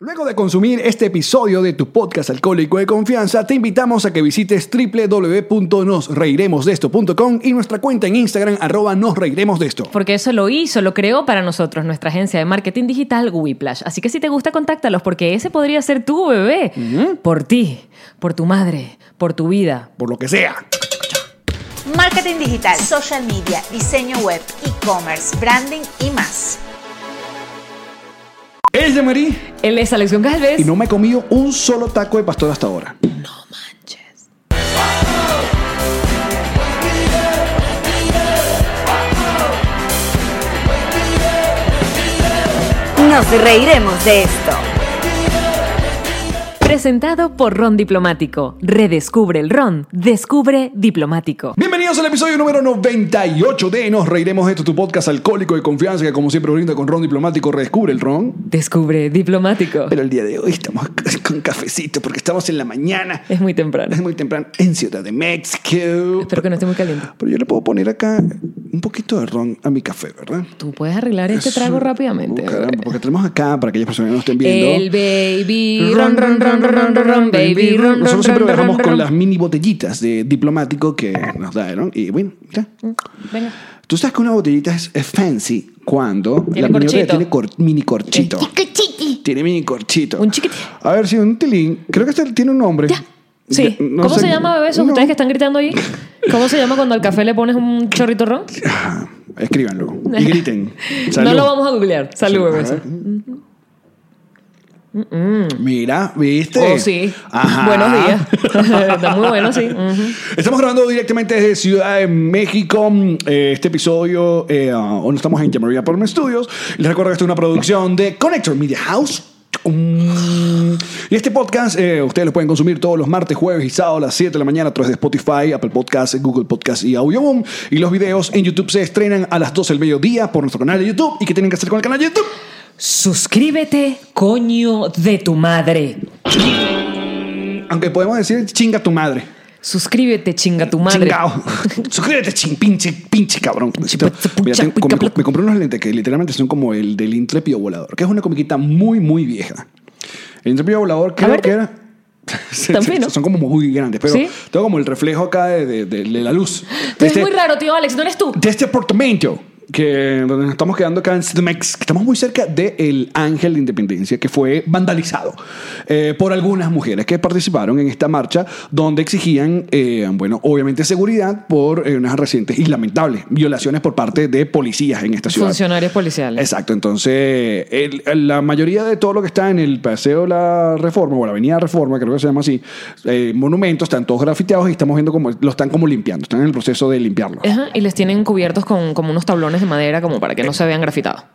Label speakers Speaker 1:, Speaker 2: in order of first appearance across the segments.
Speaker 1: Luego de consumir este episodio de tu podcast alcohólico de confianza, te invitamos a que visites www.nosreiremosdeesto.com y nuestra cuenta en Instagram arroba nosreiremosdeesto.
Speaker 2: Porque eso lo hizo, lo creó para nosotros nuestra agencia de marketing digital Whiplash. Así que si te gusta, contáctalos porque ese podría ser tu bebé. Por ti, por tu madre, por tu vida.
Speaker 1: Por lo que sea.
Speaker 3: Marketing digital, social media, diseño web, e-commerce, branding y más.
Speaker 1: Es de Marí
Speaker 2: Él es Alexión Galvez.
Speaker 1: y no me he comido un solo taco de pastor hasta ahora.
Speaker 2: manches.
Speaker 3: Nos reiremos de esto.
Speaker 2: Presentado por Ron Diplomático. Redescubre el Ron. Descubre Diplomático.
Speaker 1: Bienvenidos al episodio número 98 de Nos Reiremos de Esto, tu podcast alcohólico de confianza que como siempre brinda con ron diplomático, redescubre el ron.
Speaker 2: Descubre Diplomático.
Speaker 1: Pero el día de hoy estamos con cafecito porque estamos en la mañana.
Speaker 2: Es muy temprano.
Speaker 1: Es muy temprano en Ciudad de México.
Speaker 2: Espero que no esté muy caliente.
Speaker 1: Pero yo le puedo poner acá un poquito de ron a mi café, ¿verdad?
Speaker 2: Tú puedes arreglar este trago
Speaker 1: Eso-
Speaker 2: rápidamente.
Speaker 1: Oh, caramba, porque tenemos acá, para aquellas personas que no estén viendo.
Speaker 2: El baby ron ron ron ron ron ron, ron baby ron ron
Speaker 1: Nosotros siempre
Speaker 2: ron,
Speaker 1: lo dejamos
Speaker 2: ron,
Speaker 1: con
Speaker 2: ron.
Speaker 1: las mini botellitas de diplomático que nos dieron. Y bueno, mira.
Speaker 2: Venga.
Speaker 1: Tú sabes que una botellita es, es fancy cuando
Speaker 2: Tiene
Speaker 1: la mini botella
Speaker 2: corchito.
Speaker 1: tiene cor- mini corchito. Tiene mini corchito.
Speaker 2: Un chiquiti.
Speaker 1: A ver si un tilín. Creo que este tiene un nombre.
Speaker 2: Ya. Sí.
Speaker 1: Ya, no
Speaker 2: ¿Cómo
Speaker 1: sé-
Speaker 2: se llama, bebés?
Speaker 1: No.
Speaker 2: Ustedes que están gritando ahí. ¿Cómo se llama cuando al café le pones un chorrito ron?
Speaker 1: Ah, Escríbanlo y griten. Salud.
Speaker 2: No lo vamos a googlear. Salud,
Speaker 1: Sí,
Speaker 2: bebés.
Speaker 1: a ver. Mira, ¿viste?
Speaker 2: Oh, sí.
Speaker 1: Ajá.
Speaker 2: Buenos días. Está muy bueno, sí. Ujú.
Speaker 1: Estamos grabando directamente desde Ciudad de México eh, este episodio. Eh, ah, hoy no estamos en Maria Palma Studios. Les recuerdo que esta es una producción de Connector Media House. Mm. Y este podcast eh, ustedes lo pueden consumir todos los martes, jueves y sábados a las 7 de la mañana a través de Spotify, Apple Podcasts, Google Podcasts y Audioboom. Y los videos en YouTube se estrenan a las 12 del mediodía por nuestro canal de YouTube. ¿Y qué tienen que hacer con el canal de YouTube?
Speaker 2: Suscríbete, coño de tu madre.
Speaker 1: Aunque podemos decir chinga tu madre.
Speaker 2: Suscríbete, chinga tu madre.
Speaker 1: Chingao. Suscríbete, ching, pinche, pinche cabrón.
Speaker 2: pacha,
Speaker 1: Mira,
Speaker 2: pucha,
Speaker 1: tengo-
Speaker 2: pica,
Speaker 1: me,
Speaker 2: placa.
Speaker 1: me compré unos lentes que literalmente son como el del intrépido volador, que es una comiquita muy, muy vieja. El intrépido volador creo
Speaker 2: ver,
Speaker 1: que era.
Speaker 2: Tan fino.
Speaker 1: Son como muy grandes, pero
Speaker 2: ¿Sí?
Speaker 1: tengo como el reflejo acá de, de- de- de la luz.
Speaker 2: Tú
Speaker 1: De
Speaker 2: eres
Speaker 1: este,
Speaker 2: muy raro, tío Alex. ¿No eres tú?
Speaker 1: de este apartamento que donde nos estamos quedando acá en Cinemex, que estamos muy cerca del Ángel de Independencia, que fue vandalizado eh, por algunas mujeres que participaron en esta marcha, donde exigían, eh, bueno, obviamente seguridad por eh, unas recientes y lamentables violaciones por parte de policías en esta ciudad.
Speaker 2: Funcionarios policiales.
Speaker 1: Exacto, entonces el- la mayoría de todo lo que está en el Paseo de la Reforma o la Avenida Reforma, creo que se llama así, eh, monumentos, están todos grafiteados y estamos viendo como lo están como limpiando, están en el proceso de limpiarlo.
Speaker 2: Ajá, y les tienen cubiertos con como unos tablones de madera como para que
Speaker 1: Eh,
Speaker 2: no se vean grafitados.
Speaker 1: ah,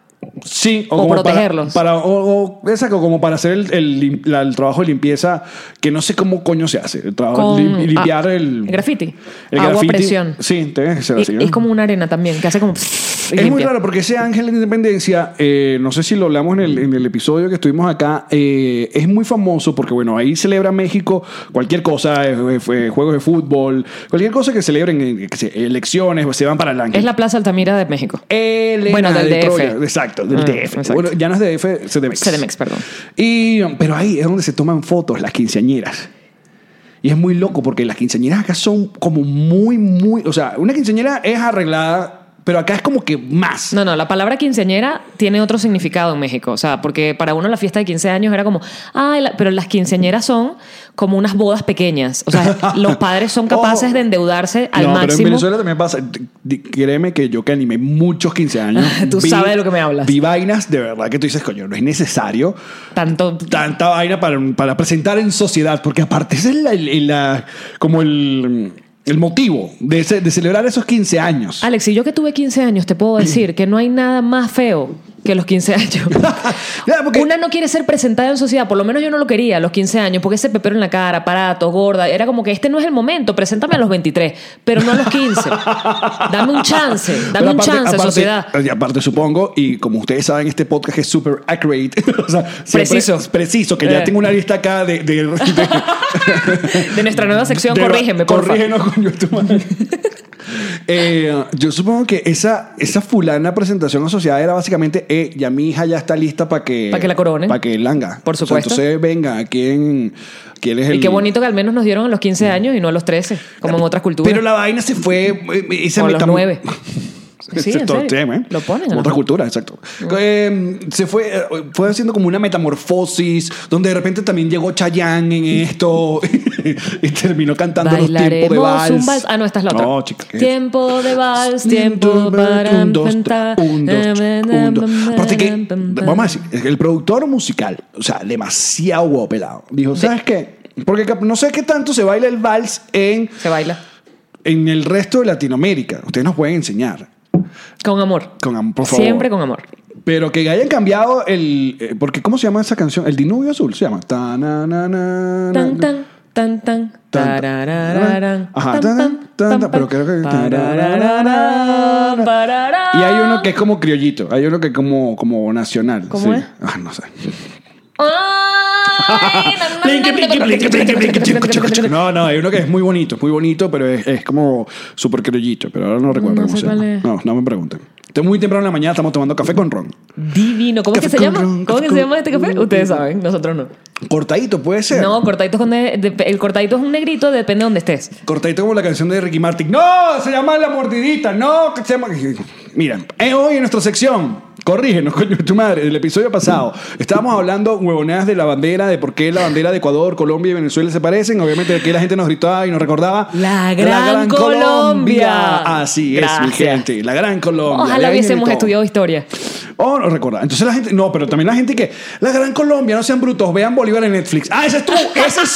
Speaker 1: Sí,
Speaker 2: O
Speaker 1: como para-
Speaker 2: protegerlos.
Speaker 1: Para, o, o- exacto, como para hacer el, el lim- la- el trabajo de limpieza, que no sé cómo coño se hace. El trabajo
Speaker 2: Con-
Speaker 1: lim- limpiar
Speaker 2: ah,
Speaker 1: el.
Speaker 2: graffiti.
Speaker 1: El
Speaker 2: Agua a
Speaker 1: graffiti.
Speaker 2: presión.
Speaker 1: Sí, tiene que ser
Speaker 2: Y-
Speaker 1: así. ¿no?
Speaker 2: Es como una arena también, que hace como... y
Speaker 1: Es muy
Speaker 2: limpia.
Speaker 1: raro porque ese ángel de independencia, eh, no sé si lo hablamos en el, en el episodio que estuvimos acá, eh, es muy famoso porque, bueno, ahí celebra México cualquier cosa, eh, eh, eh, juegos de fútbol, cualquier cosa que celebren, eh, que se- elecciones, pues, se van para el ángel.
Speaker 2: Es la Plaza Altamira de México.
Speaker 1: Elena
Speaker 2: Bueno, del
Speaker 1: de
Speaker 2: DF.
Speaker 1: Troya. Exacto, del
Speaker 2: Ah,
Speaker 1: DF.
Speaker 2: exacto.
Speaker 1: Bueno, ya no es DF, CDMX.
Speaker 2: CDMX, perdón.
Speaker 1: Y, pero ahí es donde se toman fotos las quinceañeras. Y es muy loco porque las quinceañeras acá son como muy, muy... O sea, una quinceañera es arreglada, pero acá es como que más.
Speaker 2: No, no, la palabra quinceañera tiene otro significado en México. O sea, porque para uno la fiesta de 15 años era como, ay, la-". pero las quinceañeras son como unas bodas pequeñas. O sea, los padres son capaces
Speaker 1: Ojo.
Speaker 2: de endeudarse al
Speaker 1: Oh. No,
Speaker 2: máximo.
Speaker 1: pero en Venezuela también pasa. T- t- Créeme que yo que animé muchos 15 años.
Speaker 2: Tú sabes de lo que me hablas.
Speaker 1: Vi vainas de verdad que tú dices, coño, no es necesario
Speaker 2: Tanto.
Speaker 1: tanta vaina para, para presentar en sociedad, porque aparte ese es la, el- la- como el, el motivo de, ese- de celebrar esos 15 años.
Speaker 2: Alex, y yo que tuve 15 años, te puedo decir que no hay nada más feo que los 15 años.
Speaker 1: Claro, porque-
Speaker 2: Una no quiere ser presentada en sociedad, por lo menos yo no lo quería a los 15 años, porque ese pepero en la cara, aparato, gorda, era como que este no es el momento, preséntame a los 23, pero no a los 15. Dame un chance, dame
Speaker 1: Pero
Speaker 2: un
Speaker 1: aparte-
Speaker 2: chance,
Speaker 1: aparte-
Speaker 2: sociedad.
Speaker 1: Y aparte, supongo, y como ustedes saben, este podcast es súper accurate. o sea, siempre
Speaker 2: Preciso.
Speaker 1: es Preciso, que ya
Speaker 2: Eh.
Speaker 1: tengo una lista acá de. de, de-
Speaker 2: De nuestra nueva sección,
Speaker 1: de-
Speaker 2: corrígeme, por favor.
Speaker 1: Corrígenos, coño, tu madre. Eh, yo supongo que esa, esa fulana presentación asociada era básicamente, eh, ya mi hija ya está lista para que...
Speaker 2: Pa' que la coronen.
Speaker 1: Para que langa.
Speaker 2: Por
Speaker 1: O sea,
Speaker 2: supuesto.
Speaker 1: entonces, venga, ¿quién, quién es el... Mm.
Speaker 2: Y qué bonito que al menos nos dieron a los 15 años y no a los 13, como en otras culturas.
Speaker 1: Pero la vaina se fue... eh, y se
Speaker 2: o a
Speaker 1: me
Speaker 2: los
Speaker 1: tam-
Speaker 2: 9. Sí,
Speaker 1: Ese es
Speaker 2: en
Speaker 1: todo el
Speaker 2: serio.
Speaker 1: tema, ¿eh?
Speaker 2: Lo ponen,
Speaker 1: Otra
Speaker 2: ¿no?
Speaker 1: cultura, exacto. Eh, se fue, eh, fue haciendo como una metamorfosis, donde de repente también llegó Chayanne en esto y terminó cantando los tiempos de vals.
Speaker 2: un vals. Ah, no, esta es la otra.
Speaker 1: No, chica. ¿qué es?
Speaker 2: Tiempo de vals, tiempo para
Speaker 1: Un, dos,
Speaker 2: enfrentar. Em,
Speaker 1: un, dos, un, dos. Aparte que, vamos a
Speaker 2: Vamos
Speaker 1: decir, el productor musical, o sea, demasiado guapo pelado, dijo, ¿sabes qué? Porque cap- no sé qué tanto se baila el vals en,
Speaker 2: Se baila.
Speaker 1: en el resto de Latinoamérica. Ustedes nos pueden enseñar.
Speaker 2: Con amor.
Speaker 1: Con am- por favor.
Speaker 2: Siempre con amor.
Speaker 1: Pero que hayan cambiado el... eh, Porque, ¿cómo se llama esa canción? El Dinubio Azul se llama. Ta-na-na-na-na.
Speaker 2: Tan, tan, tan, tan.
Speaker 1: Tan, tan.
Speaker 2: tararararán,
Speaker 1: Ajá,
Speaker 2: tan,
Speaker 1: tan, tan, tan,
Speaker 2: tan,
Speaker 1: pero creo que-
Speaker 2: pararararán, pararán.
Speaker 1: Y hay uno que es como criollito. Hay uno que es como, como nacional.
Speaker 2: ¿Cómo
Speaker 1: sí.
Speaker 2: es?
Speaker 1: Ah, no sé.
Speaker 2: Ay, na, na,
Speaker 1: Blinky,
Speaker 2: na,
Speaker 1: blinky,
Speaker 2: na,
Speaker 1: blinky,
Speaker 2: na,
Speaker 1: blinky,
Speaker 2: na,
Speaker 1: blinky, chico, chico, chico. No,
Speaker 2: na,
Speaker 1: no, hay uno que es muy bonito, es muy bonito, pero es, es como súper criollito. Pero ahora no recuerdo
Speaker 2: No
Speaker 1: cómo
Speaker 2: sé
Speaker 1: se llama.
Speaker 2: cuál es.
Speaker 1: No, no me pregunten. Estoy muy temprano en la mañana, estamos tomando café con ron.
Speaker 2: Divino. ¿Cómo es que
Speaker 1: Café
Speaker 2: se
Speaker 1: con
Speaker 2: llama?
Speaker 1: ron,
Speaker 2: ¿Cómo
Speaker 1: café
Speaker 2: que
Speaker 1: con-
Speaker 2: se llama este café? Ustedes saben, nosotros no.
Speaker 1: Cortadito, puede ser.
Speaker 2: No, cortadito es con de- de- el cortadito es un negrito, depende de donde estés.
Speaker 1: Cortadito como la canción de Ricky Martin. No, se llama La Mordidita. No, que se llama... Mira, eh, hoy en nuestra sección, corrígenos, coño, de tu madre, del episodio pasado, estábamos hablando huevonadas de la bandera, de por qué la bandera de Ecuador, Colombia y Venezuela se parecen. Obviamente aquí la gente nos gritaba y nos recordaba...
Speaker 2: La Gran Colombia.
Speaker 1: Así es, mi
Speaker 2: Gracias.
Speaker 1: gente, la Gran Colombia. De
Speaker 2: Ojalá
Speaker 1: ahí viene
Speaker 2: hubiésemos
Speaker 1: todo.
Speaker 2: estudiado historia.
Speaker 1: Oh, no recuerda. Entonces la gente, no, pero también la gente que, la Gran Colombia, no sean brutos, vean Bolívar en Netflix. Ah, ese es tu, ese es,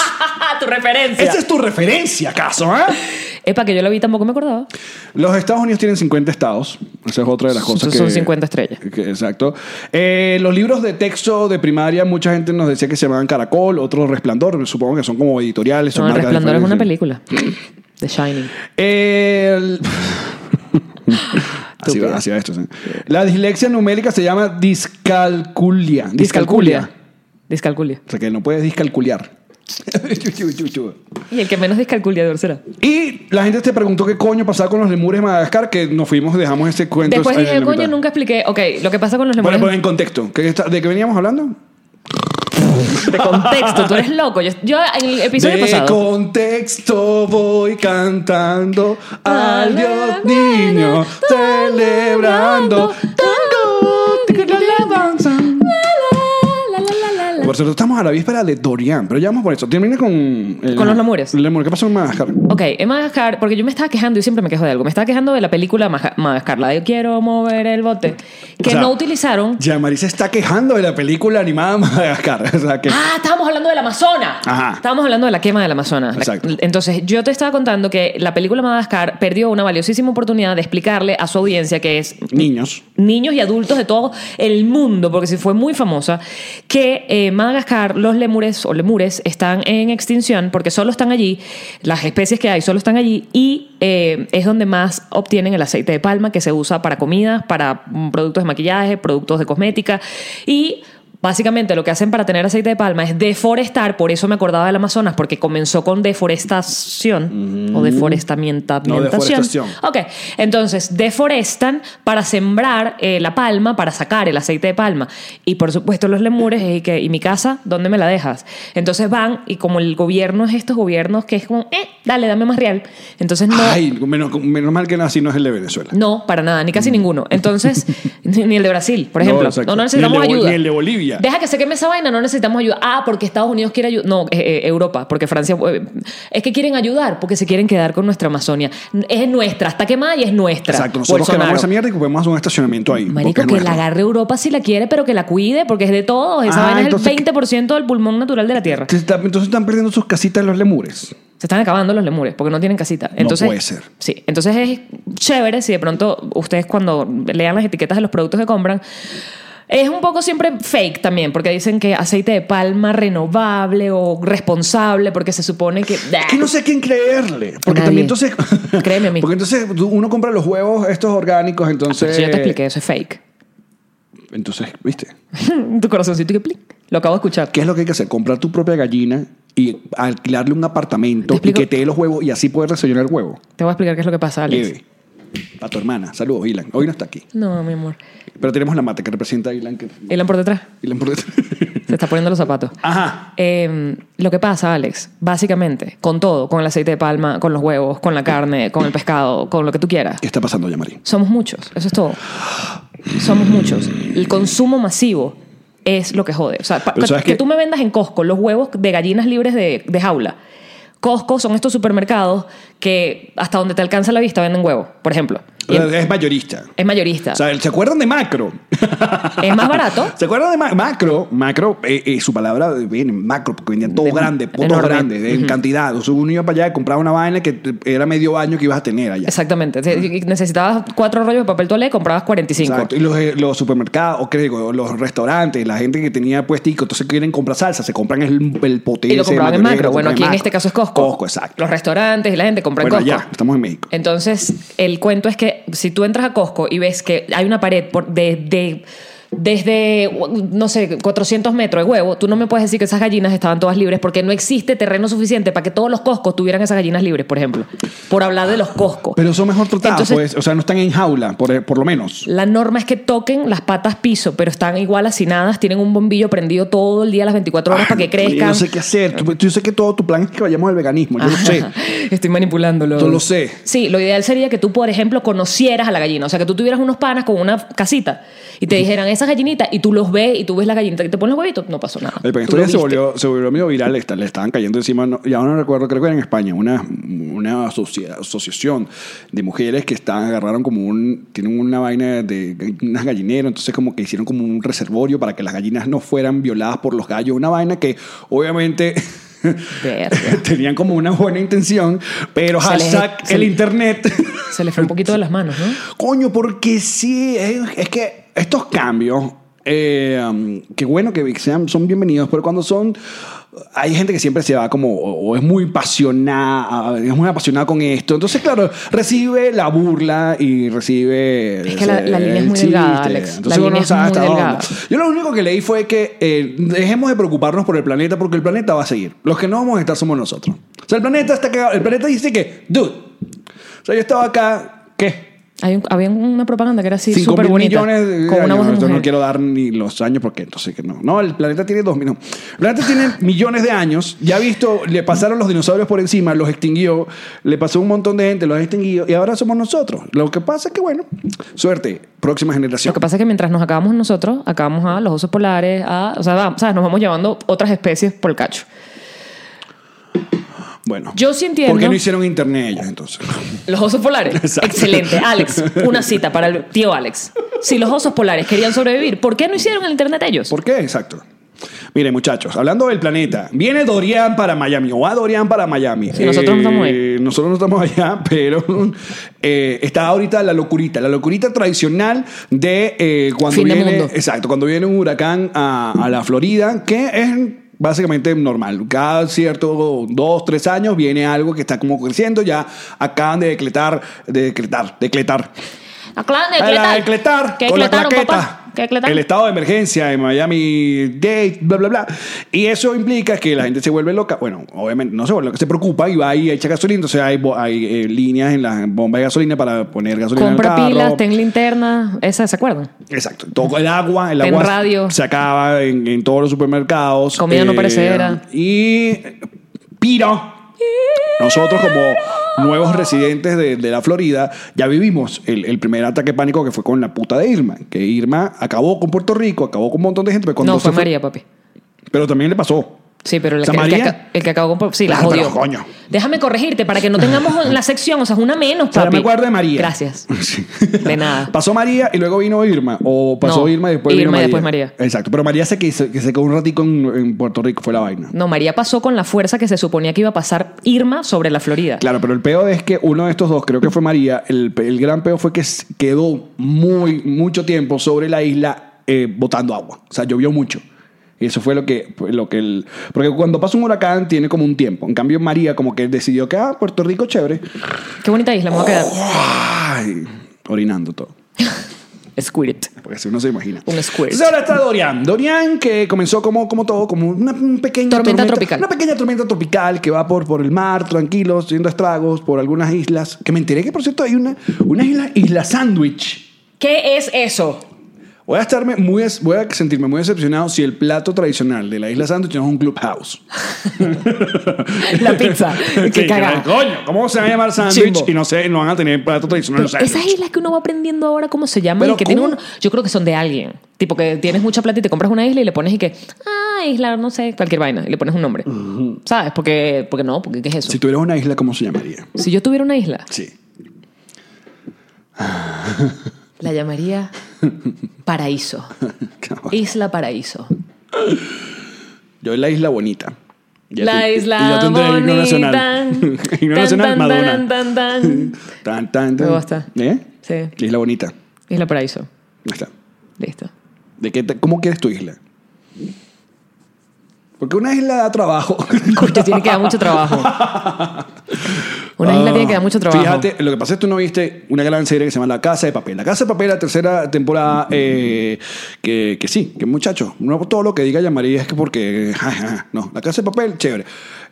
Speaker 2: tu referencia.
Speaker 1: esa es tu referencia, ¿acaso? ¿eh?
Speaker 2: Es para que yo la vi, tampoco me acordaba.
Speaker 1: Los Estados Unidos tienen 50 estados. Esa es otra de las cosas
Speaker 2: Son-
Speaker 1: que...
Speaker 2: son 50 estrellas.
Speaker 1: que- exacto. Eh, los libros de texto de primaria, mucha gente nos decía que se llamaban Caracol, otros Resplandor. Supongo que son como editoriales. son
Speaker 2: No, El
Speaker 1: marcas
Speaker 2: Resplandor es una
Speaker 1: diferentes.
Speaker 2: película. The Shining.
Speaker 1: El- así, va, así va esto. sí. La dislexia numérica se llama discalculia.
Speaker 2: Discalculia. Discalculia.
Speaker 1: O sea, que no puedes discalculiar.
Speaker 2: Y el que menos discalculiador será.
Speaker 1: y la gente te preguntó qué coño pasaba con los lemures de Madagascar, que nos fuimos, dejamos ese cuento.
Speaker 2: Después
Speaker 1: en
Speaker 2: dije,
Speaker 1: la
Speaker 2: coño,
Speaker 1: mitad.
Speaker 2: nunca expliqué. Ok, lo que pasa con los
Speaker 1: Bueno,
Speaker 2: lemures
Speaker 1: pues en contexto, ¿qué está- ¿de qué veníamos hablando?
Speaker 2: de contexto. Tú eres loco. Yo, yo en el episodio
Speaker 1: de
Speaker 2: pasado.
Speaker 1: contexto voy cantando
Speaker 2: Ah,
Speaker 1: al Dios niño, celebrando. Tengo la alabanza.
Speaker 2: La, la, la, la, la.
Speaker 1: Por cierto, estamos a la víspera de Dorian, pero ya vamos por eso. Termina con. el-
Speaker 2: Con los lemures.
Speaker 1: Lemur, ¿Qué pasó en Madagascar?
Speaker 2: Ok, en Madagascar, porque yo me estaba quejando, yo siempre me quejo de algo, me estaba quejando de la película Maja- Madagascar, la de Quiero mover el bote, que
Speaker 1: O sea,
Speaker 2: no utilizaron.
Speaker 1: Ya Marisa está quejando de la película animada Madagascar. O sea que.
Speaker 2: Ah, estábamos hablando del Amazonas.
Speaker 1: Ajá.
Speaker 2: Estábamos hablando de la quema del Amazonas. La-
Speaker 1: Exacto.
Speaker 2: Entonces, yo te estaba contando que la película Madagascar perdió una valiosísima oportunidad de explicarle a su audiencia, que es
Speaker 1: Niños.
Speaker 2: niños y adultos de todo el mundo, porque sí fue muy famosa, que eh, Madagascar, los lemures o lemures están en extinción porque solo están allí, las especies que hay solo están allí y eh, es donde más obtienen el aceite de palma que se usa para comidas, para mm, productos de maquillaje, productos de cosmética y... Básicamente lo que hacen para tener aceite de palma es deforestar, por eso me acordaba del Amazonas, porque comenzó con deforestación o deforestamiento.
Speaker 1: Mm. No,
Speaker 2: Ambientación.
Speaker 1: deforestación.
Speaker 2: Ok, entonces deforestan para sembrar eh, la palma, para sacar el aceite de palma. Y por supuesto los lemures, y, que, ¿y mi casa? ¿Dónde me la dejas? Entonces van y como el gobierno es estos gobiernos que es como, eh, dale, dame más real. Entonces no...
Speaker 1: Ay, menos, menos mal que no, así no es el de Venezuela.
Speaker 2: No, para nada, ni casi ninguno. Entonces, ni ni el de Brasil, por
Speaker 1: Mm. No,
Speaker 2: ejemplo. No,
Speaker 1: exacto.
Speaker 2: no necesitamos
Speaker 1: Ni el de Bol-
Speaker 2: ayuda.
Speaker 1: ni el de Bolivia.
Speaker 2: Deja que se queme esa vaina, no necesitamos ayuda. Ah, porque Estados Unidos quiere ayudar. No, eh, eh, Europa, porque Francia. eh, es que quieren ayudar, porque se quieren quedar con nuestra Amazonia. Es nuestra, está quemada y es nuestra.
Speaker 1: Exacto, nosotros
Speaker 2: Bolsonaro.
Speaker 1: quemamos esa mierda y ocupamos un estacionamiento ahí. porque
Speaker 2: Marico,
Speaker 1: es
Speaker 2: que la
Speaker 1: nuestro.
Speaker 2: agarre Europa si la quiere, pero que la cuide, porque es de todos. Esa
Speaker 1: Ah,
Speaker 2: vaina
Speaker 1: entonces-
Speaker 2: es el 20% del pulmón natural de la Tierra.
Speaker 1: Se está- entonces están perdiendo sus casitas los lemures.
Speaker 2: Se están acabando los lemures porque no tienen casita. Entonces,
Speaker 1: puede ser.
Speaker 2: Sí, entonces es chévere si de pronto ustedes cuando lean las etiquetas de los productos que compran. Es un poco siempre fake también, porque dicen que aceite de palma renovable o responsable, porque se supone que...
Speaker 1: Que no sé a quién creerle. Porque
Speaker 2: Nadie.
Speaker 1: también entonces.
Speaker 2: Créeme a mí.
Speaker 1: Porque entonces tú- uno compra los huevos estos orgánicos, entonces.
Speaker 2: Eso ya te expliqué, eso es fake.
Speaker 1: Entonces, ¿viste?
Speaker 2: tu corazoncito que plic. Lo acabo de escuchar.
Speaker 1: ¿Qué es lo que hay que hacer? Comprar tu propia gallina y alquilarle un apartamento
Speaker 2: Te
Speaker 1: y
Speaker 2: explico-
Speaker 1: que te dé los huevos y así poder desayunar el huevo.
Speaker 2: Te voy a explicar qué es lo que pasa, Alex.
Speaker 1: Lleve. Para tu hermana. Saludos, Ilan. Hoy no está aquí.
Speaker 2: No, mi amor.
Speaker 1: Pero tenemos la mata que representa a Ilan. Que...
Speaker 2: Elan por detrás.
Speaker 1: Ilan por detrás.
Speaker 2: Se está poniendo los zapatos.
Speaker 1: Ajá.
Speaker 2: Eh, lo que pasa, Alex, básicamente, con todo, con el aceite de palma, con los huevos, con la carne, con el pescado, con lo que tú quieras,
Speaker 1: ¿Qué está pasando, Yamari?
Speaker 2: somos muchos, eso es todo. Somos muchos. El consumo masivo es lo que jode. O sea, pa-
Speaker 1: Pero
Speaker 2: que,
Speaker 1: ¿sabes qué?
Speaker 2: tú me vendas en Costco los huevos de gallinas libres de, de jaula. Costco son estos supermercados que hasta donde te alcanza la vista venden huevos, por ejemplo. Y es,
Speaker 1: Es mayorista.
Speaker 2: es mayorista.
Speaker 1: O sea, ¿se acuerdan de Macro?
Speaker 2: es más barato.
Speaker 1: ¿Se acuerdan de Ma- Macro? Macro, eh, eh, su palabra viene macro, porque vendían todo
Speaker 2: De-
Speaker 1: grande, potos
Speaker 2: enorme.
Speaker 1: grandes, en cantidad. O sea, uno iba para allá y compraba una vaina que te- era medio baño que ibas a tener allá.
Speaker 2: Exactamente. Si Necesitabas cuatro rollos de papel toalé, comprabas 45.
Speaker 1: Exacto. Y los, eh, los supermercados, o qué digo, los restaurantes, la gente que tenía puestico, entonces quieren comprar salsa, se compran el, el pote
Speaker 2: Y lo
Speaker 1: ese
Speaker 2: compraban en
Speaker 1: mayorero,
Speaker 2: macro.
Speaker 1: lo
Speaker 2: Bueno,
Speaker 1: compran
Speaker 2: aquí en este caso es Costco.
Speaker 1: Costco, exacto.
Speaker 2: Los restaurantes y la gente compran
Speaker 1: Bueno,
Speaker 2: Costco.
Speaker 1: allá, estamos en México.
Speaker 2: Entonces, el cuento es que si tú entras a Costco y ves que hay una pared por, de, de- desde, no sé, 400 metros de huevo, tú no me puedes decir que esas gallinas estaban todas libres porque no existe terreno suficiente para que todos los Costcos tuvieran esas gallinas libres, por ejemplo. Por hablar de los Costco.
Speaker 1: Pero son mejor pues. tratados,
Speaker 2: Entonces-
Speaker 1: pues. O sea, no están en jaula, por, por lo menos.
Speaker 2: La norma es que toquen las patas piso, pero están igual hacinadas, tienen un bombillo prendido todo el día, las 24 horas, para que
Speaker 1: Ay, Yo
Speaker 2: crezcan.
Speaker 1: no sé qué hacer. Tú- Yo sé que todo tu plan es que vayamos al veganismo. Yo lo sé.
Speaker 2: Estoy manipulándolo.
Speaker 1: Yo lo sé.
Speaker 2: Sí, lo ideal sería que tú, por ejemplo, conocieras a la gallina. O sea, que tú tuvieras unos panas con una casita y te dijeran esas gallinitas y tú los ves y tú ves la gallinita que te pones los huevitos. No pasó nada.
Speaker 1: Oye, pero esto
Speaker 2: Tú
Speaker 1: ya
Speaker 2: lo
Speaker 1: se
Speaker 2: viste.
Speaker 1: volvió, se volvió medio viral, esta- le estaban cayendo encima, no, y ahora no recuerdo, creo que era en España, una, una asocia- asociación de mujeres que estaban, agarraron como un, tienen una vaina de ga- unas gallineras, entonces como que hicieron como un reservorio para que las gallinas no fueran violadas por los gallos, una vaina que obviamente...
Speaker 2: Verga.
Speaker 1: Tenían como una buena intención, pero
Speaker 2: Se les-
Speaker 1: hashtag
Speaker 2: se
Speaker 1: el
Speaker 2: les-
Speaker 1: internet.
Speaker 2: Se le fue un poquito de las manos, ¿no?
Speaker 1: Coño, porque sí, es, es que estos cambios, eh, um, que bueno que sean, son bienvenidos, pero cuando son, hay gente que siempre se va como, o, o es muy apasionada, es muy apasionada con esto, entonces claro, recibe la burla y recibe...
Speaker 2: Es que la- la línea es muy delgada, Alex. La
Speaker 1: Entonces uno
Speaker 2: línea
Speaker 1: no
Speaker 2: es
Speaker 1: sabe
Speaker 2: muy
Speaker 1: hasta dónde.
Speaker 2: delgada.
Speaker 1: Yo lo único que leí fue que eh, dejemos de preocuparnos por el planeta porque el planeta va a seguir. Los que no vamos a estar somos nosotros. O sea, el planeta está cagado. El planeta dice que, dude, o sea, yo estaba acá, ¿qué?
Speaker 2: Hay un- había una propaganda que era así
Speaker 1: 5
Speaker 2: súper
Speaker 1: mil
Speaker 2: bonita.
Speaker 1: millones de
Speaker 2: Con una
Speaker 1: años.
Speaker 2: voz de
Speaker 1: Entonces,
Speaker 2: mujer.
Speaker 1: no quiero dar ni los años porque entonces que no. No, el planeta tiene dos mil. no. El planeta tiene millones de años. Ya visto, le pasaron los dinosaurios por encima, los extinguió, le pasó un montón de gente, los extinguió y ahora somos nosotros. Lo que pasa es que, bueno, suerte, próxima generación.
Speaker 2: Lo que pasa es que mientras nos acabamos nosotros, acabamos a los osos polares, a, o sea, vamos, ¿sabes? nos vamos llevando otras especies por el cacho.
Speaker 1: Bueno,
Speaker 2: Yo sí entiendo.
Speaker 1: ¿Por qué no hicieron internet ellos entonces?
Speaker 2: Los osos polares.
Speaker 1: Exacto.
Speaker 2: Excelente. Alex, una cita para el tío Alex. Si los osos polares querían sobrevivir, ¿por qué no hicieron el internet ellos?
Speaker 1: ¿Por qué? Exacto. Miren, muchachos, hablando del planeta, viene Dorian para Miami o va Dorian para Miami. Eh,
Speaker 2: Sí, nosotros no estamos ahí.
Speaker 1: Nosotros no estamos allá, pero eh, está ahorita la locurita, la locurita tradicional de eh, cuando
Speaker 2: Fin de
Speaker 1: viene.
Speaker 2: mundo.
Speaker 1: Exacto, cuando viene un huracán a, a la Florida, que es básicamente normal. Cada cierto dos, tres años viene algo que está como creciendo. Ya acaban de decretar, de decretar, decretar.
Speaker 2: Aclaran Ah, de
Speaker 1: Para
Speaker 2: decretar.
Speaker 1: decretar
Speaker 2: ¿Qué
Speaker 1: con la
Speaker 2: decretaron,
Speaker 1: claqueta.
Speaker 2: papá? ¿Qué decretaron?
Speaker 1: El estado de emergencia en Miami Dade, bla, bla, bla. Y eso implica que la gente se vuelve loca. Bueno, obviamente no se vuelve loca, se preocupa y va y echa gasolina. Entonces hay, bo- hay eh, líneas en las bombas de gasolina para poner gasolina
Speaker 2: Compra
Speaker 1: en el carro.
Speaker 2: pilas, ten linterna. Esa, ¿se acuerdan?
Speaker 1: Exacto. Todo el agua, el
Speaker 2: Ten
Speaker 1: agua
Speaker 2: radio.
Speaker 1: se acaba en, en todos los supermercados. eh,
Speaker 2: Comida no perecedera.
Speaker 1: Y piro. Nosotros como nuevos residentes de, de la Florida ya vivimos el, el primer ataque pánico que fue con la puta de Irma, que Irma acabó con Puerto Rico, acabó con un montón de gente, pero, cuando
Speaker 2: No,
Speaker 1: se
Speaker 2: fue
Speaker 1: fue-
Speaker 2: María, papi.
Speaker 1: pero también le pasó.
Speaker 2: Sí, pero el,
Speaker 1: ¿San
Speaker 2: que, el que
Speaker 1: María?
Speaker 2: aca- el que acabó con... Sí, la
Speaker 1: Claro, pero
Speaker 2: jodió.
Speaker 1: coño.
Speaker 2: Déjame corregirte para que no tengamos la sección. O sea, es una menos,
Speaker 1: O sea,
Speaker 2: papi.
Speaker 1: me acuerdo de María.
Speaker 2: Gracias.
Speaker 1: Sí.
Speaker 2: De nada.
Speaker 1: Pasó María y luego vino Irma. O pasó
Speaker 2: No,
Speaker 1: Irma y después vino
Speaker 2: Irma y
Speaker 1: María.
Speaker 2: después María.
Speaker 1: Exacto. Pero María se, que que se quedó un ratico en, en Puerto Rico, fue la vaina.
Speaker 2: No, María pasó con la fuerza que se suponía que iba a pasar Irma sobre la Florida.
Speaker 1: Claro, pero el peo es que uno de estos dos, creo que fue María, el, el gran peo fue que s- quedó muy, mucho tiempo sobre la isla eh, botando agua. O sea, llovió mucho. Y eso fue lo que, lo que el... Porque cuando pasa un huracán tiene como un tiempo. En cambio, María como que decidió que, ah, Puerto Rico, chévere.
Speaker 2: Qué bonita isla, me voy a quedar.
Speaker 1: Ay, orinando todo.
Speaker 2: Squirt.
Speaker 1: Porque si uno se imagina.
Speaker 2: Un squirt.
Speaker 1: Entonces ahora está Dorian. Dorian que comenzó como, como todo, como una un pequeña
Speaker 2: Tormenta tropical.
Speaker 1: Una pequeña tormenta tropical que va por, por el mar, tranquilo, haciendo estragos por algunas islas. Que me enteré que, por cierto, hay una, una isla, Isla Sandwich.
Speaker 2: ¿Qué es eso?
Speaker 1: Voy a estarme muy, es- voy a sentirme muy decepcionado si el plato tradicional de la isla Sandwich no es un clubhouse.
Speaker 2: La pizza. Qué
Speaker 1: Sí,
Speaker 2: cagada.
Speaker 1: coño, ¿cómo se va a llamar sándwich?
Speaker 2: Chimbo.
Speaker 1: Y no sé, no van a tener plato tradicional.
Speaker 2: Pero
Speaker 1: los sándwiches.
Speaker 2: esas islas que uno va aprendiendo ahora cómo se llaman
Speaker 1: Pero
Speaker 2: y que tienen
Speaker 1: ¿cómo?
Speaker 2: un- yo creo que son de alguien. Tipo que tienes mucha plata y te compras una isla y le pones y que, ah, isla, no sé, cualquier vaina, y le pones un nombre. ¿Sabes? Porque, porque no, porque ¿qué es eso?
Speaker 1: Si tuvieras una isla, ¿cómo se llamaría?
Speaker 2: Si yo tuviera una isla,
Speaker 1: Sí.
Speaker 2: la llamaría Paraíso. Isla Paraíso.
Speaker 1: Yo la isla bonita. Ya
Speaker 2: La
Speaker 1: tú- y
Speaker 2: isla
Speaker 1: ya tú entras en himno
Speaker 2: bonita.
Speaker 1: nacional.
Speaker 2: Tan,
Speaker 1: Himno nacional,
Speaker 2: tan,
Speaker 1: Madonna.
Speaker 2: tan, tan, tan.
Speaker 1: Tan, tan, tan.
Speaker 2: Me gusta.
Speaker 1: ¿Eh?
Speaker 2: Sí,
Speaker 1: La isla bonita. Ahí
Speaker 2: Isla Paraíso.
Speaker 1: está.
Speaker 2: Listo.
Speaker 1: ¿De qué te- ¿Cómo quieres tu isla? Porque una isla da trabajo.
Speaker 2: Coño, tiene que dar mucho trabajo. Una isla
Speaker 1: Ah.
Speaker 2: tiene que dar mucho trabajo.
Speaker 1: Fíjate, lo que pasa es que tú no viste una gran serie que se llama La Casa de Papel. La Casa de Papel, la tercera temporada, eh, que, que sí, que muchachos, no todo lo que diga Yamarí es que porque. ja, ja, ja. no, La Casa de Papel, chévere.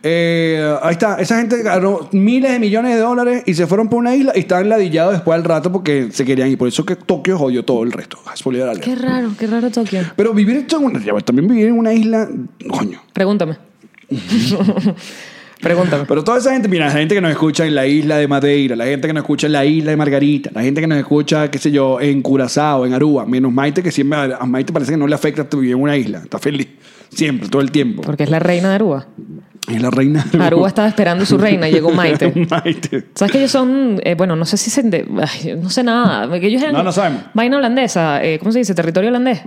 Speaker 1: Eh, ahí está, esa gente ganó miles de millones de dólares y se fueron por una isla y estaban ladillados después al rato porque se querían ir. Por eso que Tokio jodió todo el resto. Spoiler alert.
Speaker 2: Qué raro, qué raro Tokio.
Speaker 1: Pero vivir esto en una- también vivir en una isla, coño.
Speaker 2: Pregúntame. Pregúntame.
Speaker 1: Pero toda esa gente, mira, la gente que nos escucha en la isla de Madeira, la gente que nos escucha en la isla de Margarita, la gente que nos escucha, qué sé yo, en Curazao, en Aruba, menos Maite, que siempre a Maite parece que no le afecta tu vivir en una isla. Está feliz. Siempre, todo el tiempo.
Speaker 2: Porque es la reina de Aruba.
Speaker 1: Es la reina. de
Speaker 2: Aruba estaba esperando su reina y llegó Maite.
Speaker 1: Maite.
Speaker 2: ¿Sabes que ellos son, eh, bueno, no sé si se, ende- ay, no sé nada, porque ellos eran
Speaker 1: No, no sabemos.
Speaker 2: vaina holandesa, eh, ¿cómo se dice? Territorio holandés,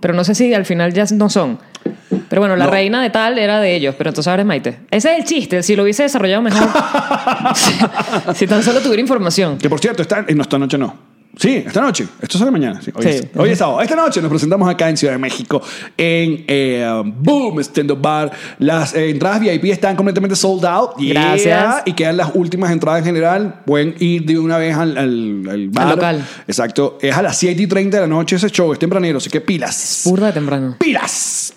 Speaker 2: pero no sé si al final ya no son. Pero bueno, la
Speaker 1: No.
Speaker 2: reina de tal era de ellos, pero entonces ahora es Maite. Ese es el chiste, si lo hubiese desarrollado mejor, si, si tan solo tuviera información.
Speaker 1: Que por cierto, está, eh, no, esta noche no. Sí, esta noche. Esto sale mañana. sí. hoy,
Speaker 2: Sí.
Speaker 1: es, hoy es sábado. Esta noche nos presentamos acá en Ciudad de México en eh, Boom Stand Up Bar. Las eh, entradas VIP están completamente sold out. Yeah.
Speaker 2: Gracias.
Speaker 1: Y quedan las últimas entradas en general. Pueden ir de una vez al, al- bar.
Speaker 2: Al local.
Speaker 1: Exacto. Es a las 7 y 30 de la noche ese show. Es tempranero, así que pilas.
Speaker 2: Burda de temprano.
Speaker 1: Pilas.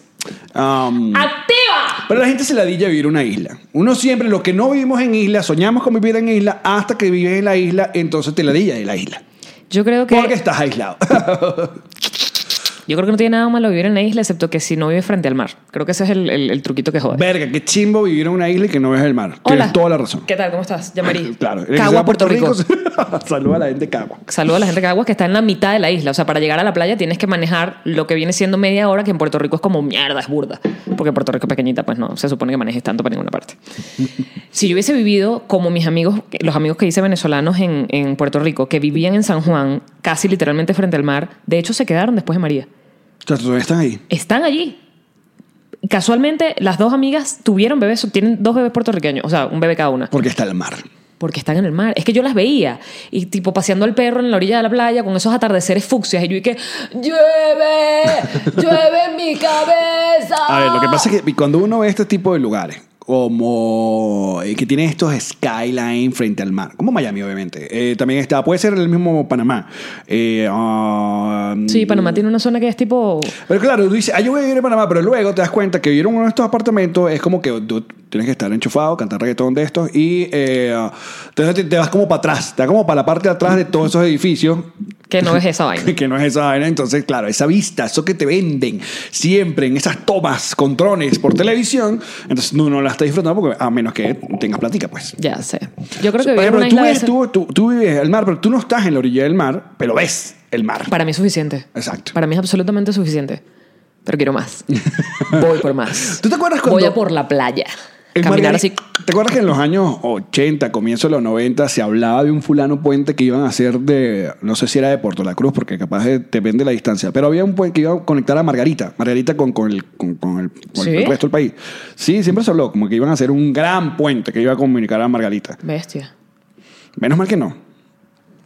Speaker 1: Um,
Speaker 2: ¡Activa!
Speaker 1: pero la gente se ladilla vivir en una isla. Uno siempre, los que no vivimos en isla, soñamos con vivir en isla hasta que vives en la isla, entonces te ladilla de la isla.
Speaker 2: Yo creo que...
Speaker 1: Porque estás aislado.
Speaker 2: Yo creo que no tiene nada malo vivir en la isla, excepto que si no vive frente al mar. Creo que ese es el, el- el truquito que jode.
Speaker 1: Verga, qué chimbo vivir en una isla y que no ves el mar. Tienes toda la razón.
Speaker 2: ¿Qué tal? ¿Cómo estás? Yamari.
Speaker 1: Claro.
Speaker 2: Cagua, Puerto Rico.
Speaker 1: Saluda a la gente de Cagua.
Speaker 2: Saludo a la gente de Caguas que está en la mitad de la isla. O sea, para llegar a la playa tienes que manejar lo que viene siendo media hora, que en Puerto Rico es como mierda, es burda. Porque Puerto Rico es pequeñita, pues no se supone que manejes tanto para ninguna parte. Si yo hubiese vivido como mis amigos, los amigos que hice venezolanos en, en Puerto Rico, que vivían en San Juan, casi literalmente frente al mar, de hecho se quedaron después de María.
Speaker 1: O sea, todavía están ahí.
Speaker 2: están allí. Casualmente, las dos amigas tuvieron bebés, tienen dos bebés puertorriqueños, o sea, un bebé cada una,
Speaker 1: Porque está el mar.
Speaker 2: porque están en el mar. Es que yo las veía, y tipo paseando al perro en la orilla de la playa con esos atardeceres fucsias, y yo y que llueve, llueve en mi cabeza.
Speaker 1: A ver, lo que pasa es que cuando uno ve este tipo de lugares, como eh, que tiene estos skyline frente al mar, como Miami, obviamente. eh, también está, puede ser el mismo Panamá. Eh, ah,
Speaker 2: Sí, Panamá tiene una zona que es tipo...
Speaker 1: Pero claro, tú dices, ah, yo voy a vivir en Panamá, pero luego te das cuenta que vivir en uno de estos apartamentos es como que tú tienes que estar enchufado, cantar reggaetón de estos y eh, entonces te, te vas como para atrás, te vas como para la parte de atrás de todos esos edificios
Speaker 2: que no es esa vaina.
Speaker 1: que no es esa vaina. Entonces, claro, esa vista, eso que te venden siempre en esas tomas con drones por televisión, entonces no, no la estás disfrutando porque a menos que tengas platica, pues.
Speaker 2: Ya sé. Yo creo que
Speaker 1: Por
Speaker 2: vivir en
Speaker 1: ejemplo, tú,
Speaker 2: una isla de
Speaker 1: ves-
Speaker 2: esas-
Speaker 1: tú- tú- tú vives el mar, pero tú no estás en la orilla del mar, pero ves el mar.
Speaker 2: Para mí es suficiente.
Speaker 1: Exacto.
Speaker 2: Para mí es absolutamente suficiente. Pero quiero más. Voy por más.
Speaker 1: ¿Tú te acuerdas cuando-
Speaker 2: Voy a por la playa.
Speaker 1: En
Speaker 2: Caminar
Speaker 1: Margarita-
Speaker 2: así.
Speaker 1: ¿Te acuerdas que en los años 80, comienzo de los 90, se hablaba de un fulano puente que iban a hacer de, no sé si era de Puerto La Cruz, porque capaz de- depende de la distancia, pero había un puente que iba a conectar a Margarita, Margarita con, con el, con, con el, con el
Speaker 2: ¿Sí?
Speaker 1: resto del país. Sí, siempre se habló, como que iban a hacer un gran puente que iba a comunicar a Margarita.
Speaker 2: Bestia.
Speaker 1: Menos mal que no.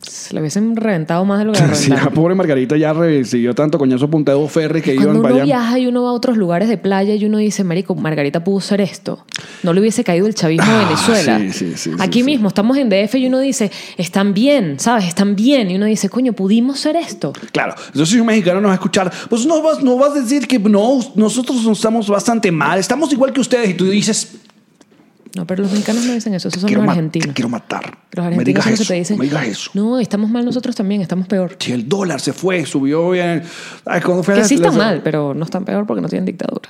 Speaker 2: Se le hubiesen reventado más de lo que le
Speaker 1: Sí, la
Speaker 2: reventaron.
Speaker 1: pobre Margarita ya recibió tanto coñazo punteo ferry que
Speaker 2: Cuando
Speaker 1: iban
Speaker 2: uno
Speaker 1: para allá.
Speaker 2: viaja y uno va a otros lugares de playa y uno dice, Marico, Margarita pudo ser esto. No le hubiese caído el chavismo
Speaker 1: Ah,
Speaker 2: de Venezuela.
Speaker 1: sí, sí, sí, sí,
Speaker 2: Aquí
Speaker 1: sí.
Speaker 2: mismo estamos en DF y uno dice, están bien, ¿sabes? Están bien. Y uno dice, coño, pudimos ser esto.
Speaker 1: Claro, yo soy un mexicano, nos va a escuchar. Pues no vas, no vas a decir que no, nosotros nos estamos bastante mal, estamos igual que ustedes. Y tú dices,
Speaker 2: No, pero los mexicanos no dicen eso, esos son
Speaker 1: quiero,
Speaker 2: los
Speaker 1: ma-
Speaker 2: argentinos.
Speaker 1: quiero matar.
Speaker 2: Los
Speaker 1: me
Speaker 2: argentinos
Speaker 1: digas
Speaker 2: son los
Speaker 1: eso.
Speaker 2: que te dicen,
Speaker 1: me digas eso.
Speaker 2: no, estamos mal nosotros también, estamos peor.
Speaker 1: Si el dólar se fue, subió bien. Ay, cuando fue
Speaker 2: Que
Speaker 1: la-
Speaker 2: sí están
Speaker 1: la-
Speaker 2: mal, pero no están peor porque no tienen dictadura.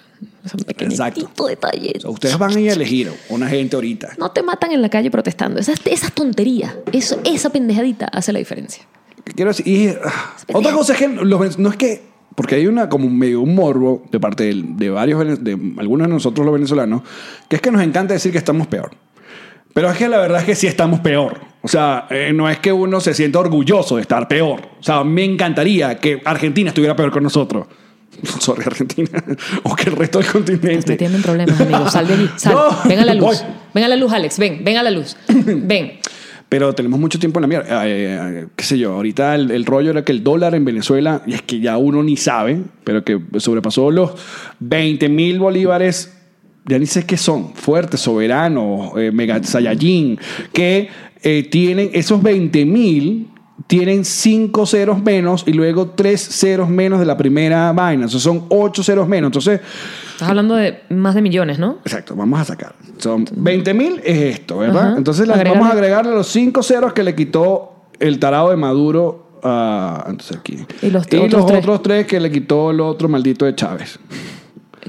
Speaker 2: Son pequeñitos
Speaker 1: Exacto.
Speaker 2: detalles.
Speaker 1: Ustedes van a ir a elegir una gente ahorita.
Speaker 2: No te matan en la calle protestando. Esas, esas tonterías, eso, esa pendejadita hace la diferencia.
Speaker 1: Quiero decir, y, ah, otra cosa es que los ven- no es que porque hay una como medio un morbo de parte del- de, varios vene- de algunos de nosotros los venezolanos que es que nos encanta decir que estamos peor. Pero es que la verdad es que sí estamos peor. O sea, eh, no es que uno se sienta orgulloso de estar peor. O sea, me encantaría que Argentina estuviera peor con nosotros. Sorry, Argentina. O que el resto del
Speaker 2: Estás
Speaker 1: continente.
Speaker 2: metiendo en Pues problemas, amigos. Sal de allí. Sal.
Speaker 1: No,
Speaker 2: ven a la luz.
Speaker 1: voy.
Speaker 2: Ven a la luz, Alex. Ven, ven a la luz. Ven.
Speaker 1: Pero tenemos mucho tiempo en la mierda. Eh, eh, qué sé yo, ahorita el, el rollo era que el dólar en Venezuela, y es que ya uno ni sabe, pero que sobrepasó los 20 mil bolívares. Ya ni sé qué son, fuertes, soberanos, eh, mega saiyajin, que eh, tienen esos 20 mil, tienen 5 ceros menos y luego 3 ceros menos de la primera vaina. Entonces son 8 ceros menos. Entonces,
Speaker 2: Estás hablando de más de millones, ¿no?
Speaker 1: Exacto, vamos a sacar. Son 20 mil es esto, ¿verdad?
Speaker 2: Ajá.
Speaker 1: Entonces las-
Speaker 2: Agregarle.
Speaker 1: vamos a agregarle los cinco ceros que le quitó el tarado de Maduro a. Entonces aquí.
Speaker 2: Y los otros tres.
Speaker 1: otros tres que le quitó el otro maldito de Chávez.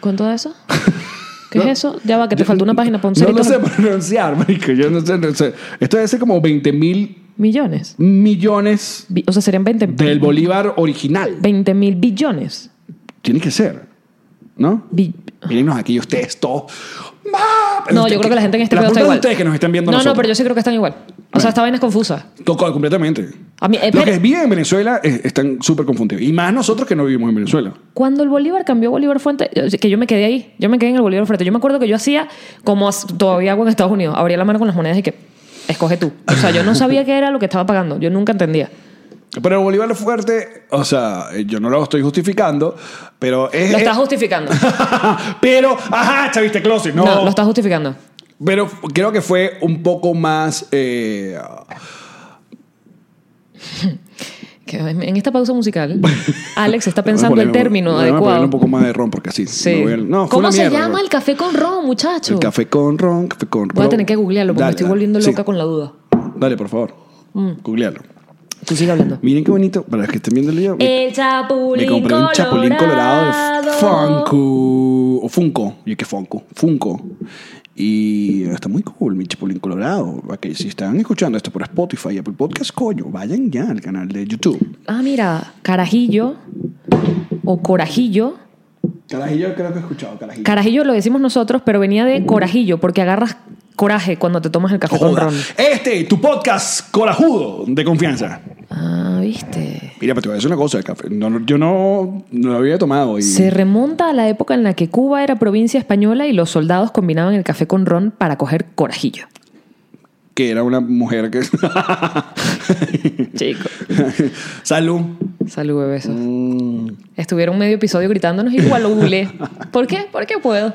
Speaker 2: ¿Cuánto de eso? ¿Qué
Speaker 1: No.
Speaker 2: es eso? Ya va, que te faltó una página para un
Speaker 1: No
Speaker 2: cerito.
Speaker 1: lo sé pronunciar, marico. Yo no sé. no sé. Esto debe ser como 20 mil
Speaker 2: Millones.
Speaker 1: millones
Speaker 2: Bi- O sea, serían 20
Speaker 1: del Bolívar original.
Speaker 2: 20 mil billones.
Speaker 1: Tiene que ser, ¿no?
Speaker 2: Bi-
Speaker 1: Mírenos aquí ustedes todos. ¡Ah!
Speaker 2: No,
Speaker 1: Usted-
Speaker 2: yo creo que la gente en este
Speaker 1: la culpa
Speaker 2: pedo está
Speaker 1: es de
Speaker 2: igual.
Speaker 1: ustedes que nos están viendo
Speaker 2: No,
Speaker 1: nosotros.
Speaker 2: no, pero yo sí creo que están igual. O sea, esta vaina es confusa.
Speaker 1: Tocó completamente.
Speaker 2: A mí- eh,
Speaker 1: Lo
Speaker 2: pero-
Speaker 1: que viven en Venezuela eh, están súper confundidos. Y más nosotros que no vivimos en Venezuela.
Speaker 2: Cuando el Bolívar cambió a Bolívar Fuente, eh, que yo me quedé ahí, yo me quedé en el Bolívar Fuente. Yo me acuerdo que yo hacía, como as- todavía hago en Estados Unidos, abría la mano con las monedas y que, escoge tú. O sea, yo no sabía qué era lo que estaba pagando, yo nunca entendía.
Speaker 1: Pero el Bolívar es fuerte, o sea, eh, yo no lo estoy justificando, pero es.
Speaker 2: Lo estás
Speaker 1: es- Ah,
Speaker 2: justificando.
Speaker 1: pero, ajá, chaviste closet, no.
Speaker 2: No, lo estás justificando.
Speaker 1: Pero creo que fue un poco más. eh,
Speaker 2: Que en en esta pausa musical, Alex está pensando
Speaker 1: déjame
Speaker 2: el
Speaker 1: ponerle-
Speaker 2: término
Speaker 1: déjame ponerle
Speaker 2: adecuado.
Speaker 1: un poco más de ron, porque así.
Speaker 2: Sí.
Speaker 1: me voy al- No, fue
Speaker 2: ¿Cómo
Speaker 1: una
Speaker 2: se
Speaker 1: mierda,
Speaker 2: llama
Speaker 1: bro.
Speaker 2: el café con ron, muchacho?
Speaker 1: El café con ron, café con ron.
Speaker 2: Voy a tener que googlearlo porque
Speaker 1: Dale,
Speaker 2: me estoy
Speaker 1: dale.
Speaker 2: volviendo
Speaker 1: Sí.
Speaker 2: loca con Mm. la duda.
Speaker 1: Dale, por favor. Googlealo.
Speaker 2: Tú sigue hablando.
Speaker 1: Miren qué bonito, para los que estén viendo el video.
Speaker 2: El chapulín
Speaker 1: Me compré un chapulín colorado de
Speaker 2: Colorado.
Speaker 1: Funko. O Funko. Yo que Funko. Funko. Y está muy cool mi chapulín colorado. Para que si están escuchando esto por Spotify, Apple Podcast, coño, vayan ya al canal de YouTube.
Speaker 2: Ah, mira, carajillo o corajillo.
Speaker 1: Carajillo creo que he escuchado, carajillo.
Speaker 2: Carajillo lo decimos nosotros, pero venía de corajillo, porque agarras coraje cuando te tomas el café con
Speaker 1: Joda.
Speaker 2: ron.
Speaker 1: Este, tu podcast corajudo de confianza.
Speaker 2: Ah, viste.
Speaker 1: Mira, pero te voy a decir una cosa, el café. no- no- yo no, no lo había tomado. Y...
Speaker 2: Se remonta a la época en la que Cuba era provincia española y los soldados combinaban el café con ron para coger corajillo.
Speaker 1: Que era una mujer que.
Speaker 2: Chico.
Speaker 1: Salud.
Speaker 2: Salud, besos.
Speaker 1: Mm.
Speaker 2: Estuvieron medio episodio gritándonos y igual lo googleé. ¿Por qué? Porque puedo.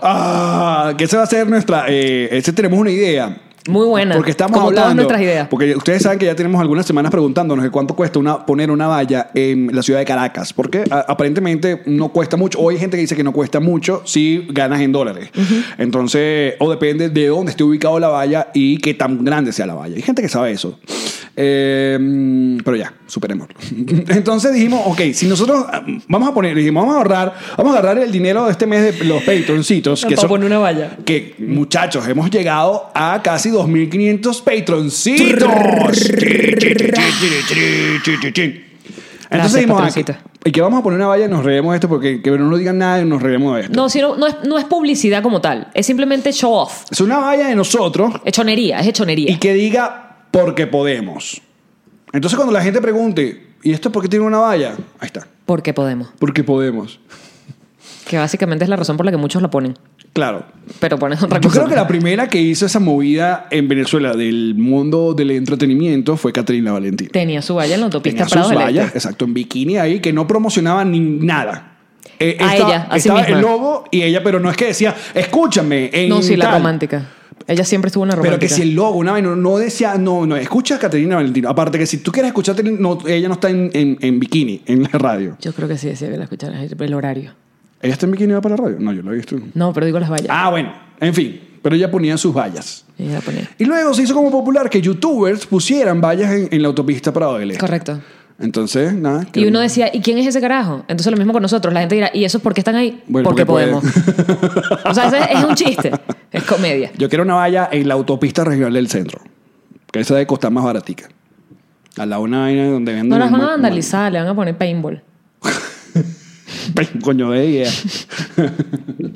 Speaker 1: Ah, que esa va a ser nuestra. Eh, ese tenemos una idea.
Speaker 2: Muy buena.
Speaker 1: Porque estamos
Speaker 2: como
Speaker 1: hablando.
Speaker 2: todas nuestras ideas.
Speaker 1: Porque ustedes saben que ya tenemos algunas semanas preguntándonos de cuánto cuesta una, poner una valla en la ciudad de Caracas. Porque a- aparentemente no cuesta mucho. O hay gente que dice que no cuesta mucho si ganas en dólares. Entonces, o depende de dónde esté ubicado la valla y qué tan grande sea la valla. Hay gente que sabe eso. Eh, pero ya, superémoslo. Entonces dijimos, ok, si nosotros ah, vamos a poner, dijimos, vamos a ahorrar, vamos a agarrar el dinero de este mes de los patroncitos. que
Speaker 2: Para
Speaker 1: son-
Speaker 2: poner una valla.
Speaker 1: que muchachos, hemos llegado a casi 2.500 patroncitos.
Speaker 2: Gracias,
Speaker 1: Entonces dijimos, ah,
Speaker 2: patroncito.
Speaker 1: que- y que vamos a poner una valla y nos reiremos de esto porque que no nos digan nada y nos reiremos de esto.
Speaker 2: No, si no, no es, no es publicidad como tal. Es simplemente show off.
Speaker 1: Es una valla de nosotros
Speaker 2: Hechonería, es hechonería.
Speaker 1: y que diga porque podemos. Entonces cuando la gente pregunte, ¿y esto por qué tiene una valla? Ahí está,
Speaker 2: Porque podemos.
Speaker 1: porque podemos.
Speaker 2: Que básicamente es la razón por la que muchos la ponen.
Speaker 1: Claro.
Speaker 2: Pero pones otra
Speaker 1: Yo
Speaker 2: cosa.
Speaker 1: creo que la primera que hizo esa movida en Venezuela del mundo del entretenimiento fue Catrina Valentín.
Speaker 2: Tenía su valla en la autopista
Speaker 1: Tenía
Speaker 2: Prado
Speaker 1: sus
Speaker 2: del Este.
Speaker 1: vallas, exacto, en bikini ahí, que no promocionaba ni nada. Eh,
Speaker 2: A ella, a sí
Speaker 1: estaba
Speaker 2: misma.
Speaker 1: el logo y ella, pero no es que decía, escúchame. En
Speaker 2: No, sí, la
Speaker 1: tal".
Speaker 2: romántica. Ella siempre estuvo en la
Speaker 1: Pero
Speaker 2: romántica.
Speaker 1: que si el logo, una vez, no, no decía, no, no, escucha a Caterina Valentino. Aparte que si tú quieres escucharte, no, ella no está en, en- en bikini, en la radio.
Speaker 2: Yo creo que sí decía que la escucharas el horario.
Speaker 1: ¿Ella está en bikini va para la radio? No, yo lo he visto.
Speaker 2: No, pero digo las vallas.
Speaker 1: Ah, bueno, en fin. Pero ella ponía sus vallas.
Speaker 2: Y la ponía.
Speaker 1: Y luego se hizo como popular que youtubers pusieran vallas en, en la autopista Prado del Este.
Speaker 2: Correcto.
Speaker 1: Entonces, nada. que-
Speaker 2: Y uno decía, ¿y quién es ese carajo? Entonces lo mismo con nosotros. La gente dirá, ¿y esos por qué están ahí?
Speaker 1: Bueno,
Speaker 2: porque,
Speaker 1: porque
Speaker 2: podemos. o sea, ese es un chiste. Es comedia.
Speaker 1: Yo quiero una valla en la autopista regional del centro. Que esa debe costar más baratica. A la una vaina donde venden...
Speaker 2: No las van a
Speaker 1: mu-
Speaker 2: vandalizar, le van a poner paintball.
Speaker 1: Ven, Pues, Coño de idea.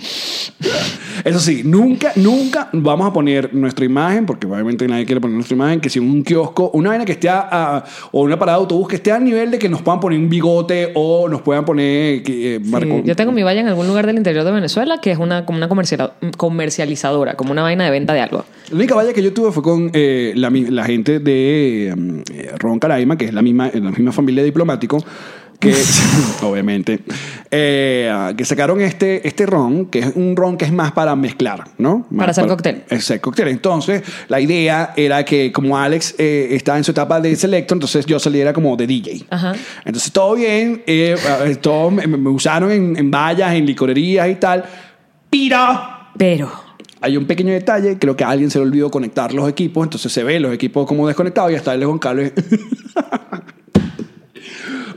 Speaker 1: Eso sí, nunca, nunca vamos a poner nuestra imagen, porque obviamente nadie quiere poner nuestra imagen, que si un kiosco, una vaina que esté a- a- o una parada de autobús que esté a nivel de que nos puedan poner un bigote o nos puedan poner... que, eh,
Speaker 2: Sí,
Speaker 1: marco-
Speaker 2: yo tengo mi valla en algún lugar del interior de Venezuela que es una, como una comerciala- comercializadora, como una vaina de venta de algo.
Speaker 1: La única valla que yo tuve fue con eh, la, mi- la gente de mm, eh, Ron Caraima, que es la misma, la misma familia de diplomático, que obviamente, eh, ah, que sacaron este, este ron, que es un ron que es más para mezclar, ¿no? Más Eh,
Speaker 2: Para hacer cóctel.
Speaker 1: Hacer cóctel. Entonces, la idea era que como Alex eh, estaba en su etapa de selecto, entonces yo saliera como de DJ.
Speaker 2: Ajá.
Speaker 1: Entonces, todo bien, eh, ah, todo me, me usaron en, en vallas, en licorerías y tal. ¡Pira!
Speaker 2: Pero
Speaker 1: Hay un pequeño detalle, creo que a alguien se le olvidó conectar los equipos, entonces se ve los equipos como desconectados y hasta él es cable.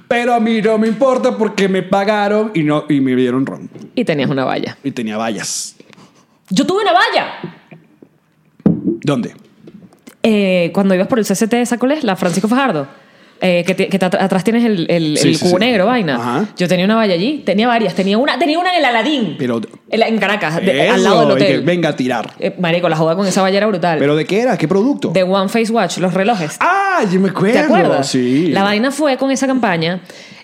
Speaker 1: Pero a mí no me importa porque me pagaron y, no, y me dieron ron.
Speaker 2: y tenías una valla.
Speaker 1: Y tenía vallas.
Speaker 2: Yo tuve una valla.
Speaker 1: ¿Dónde?
Speaker 2: Eh, cuando ibas por el CCT de Sacolés, la Francisco Fajardo, eh, que, te- que te atr- atrás tienes el, el-
Speaker 1: Sí,
Speaker 2: el
Speaker 1: sí,
Speaker 2: cubo
Speaker 1: sí.
Speaker 2: negro, vaina.
Speaker 1: Ajá.
Speaker 2: Yo tenía una valla allí, tenía varias, tenía una, tenía una en el Aladín,
Speaker 1: Pero-
Speaker 2: en, la- en Caracas, de- al
Speaker 1: Eso,
Speaker 2: lado del
Speaker 1: y que
Speaker 2: hotel.
Speaker 1: venga a tirar.
Speaker 2: Eh, marico, la joda con esa valla era brutal.
Speaker 1: ¿Pero de qué era? ¿Qué producto?
Speaker 2: de One Face Watch, los relojes.
Speaker 1: ¡Ah! Yo me acuerdo.
Speaker 2: ¿Te acuerdas?
Speaker 1: Sí.
Speaker 2: La vaina fue con esa campaña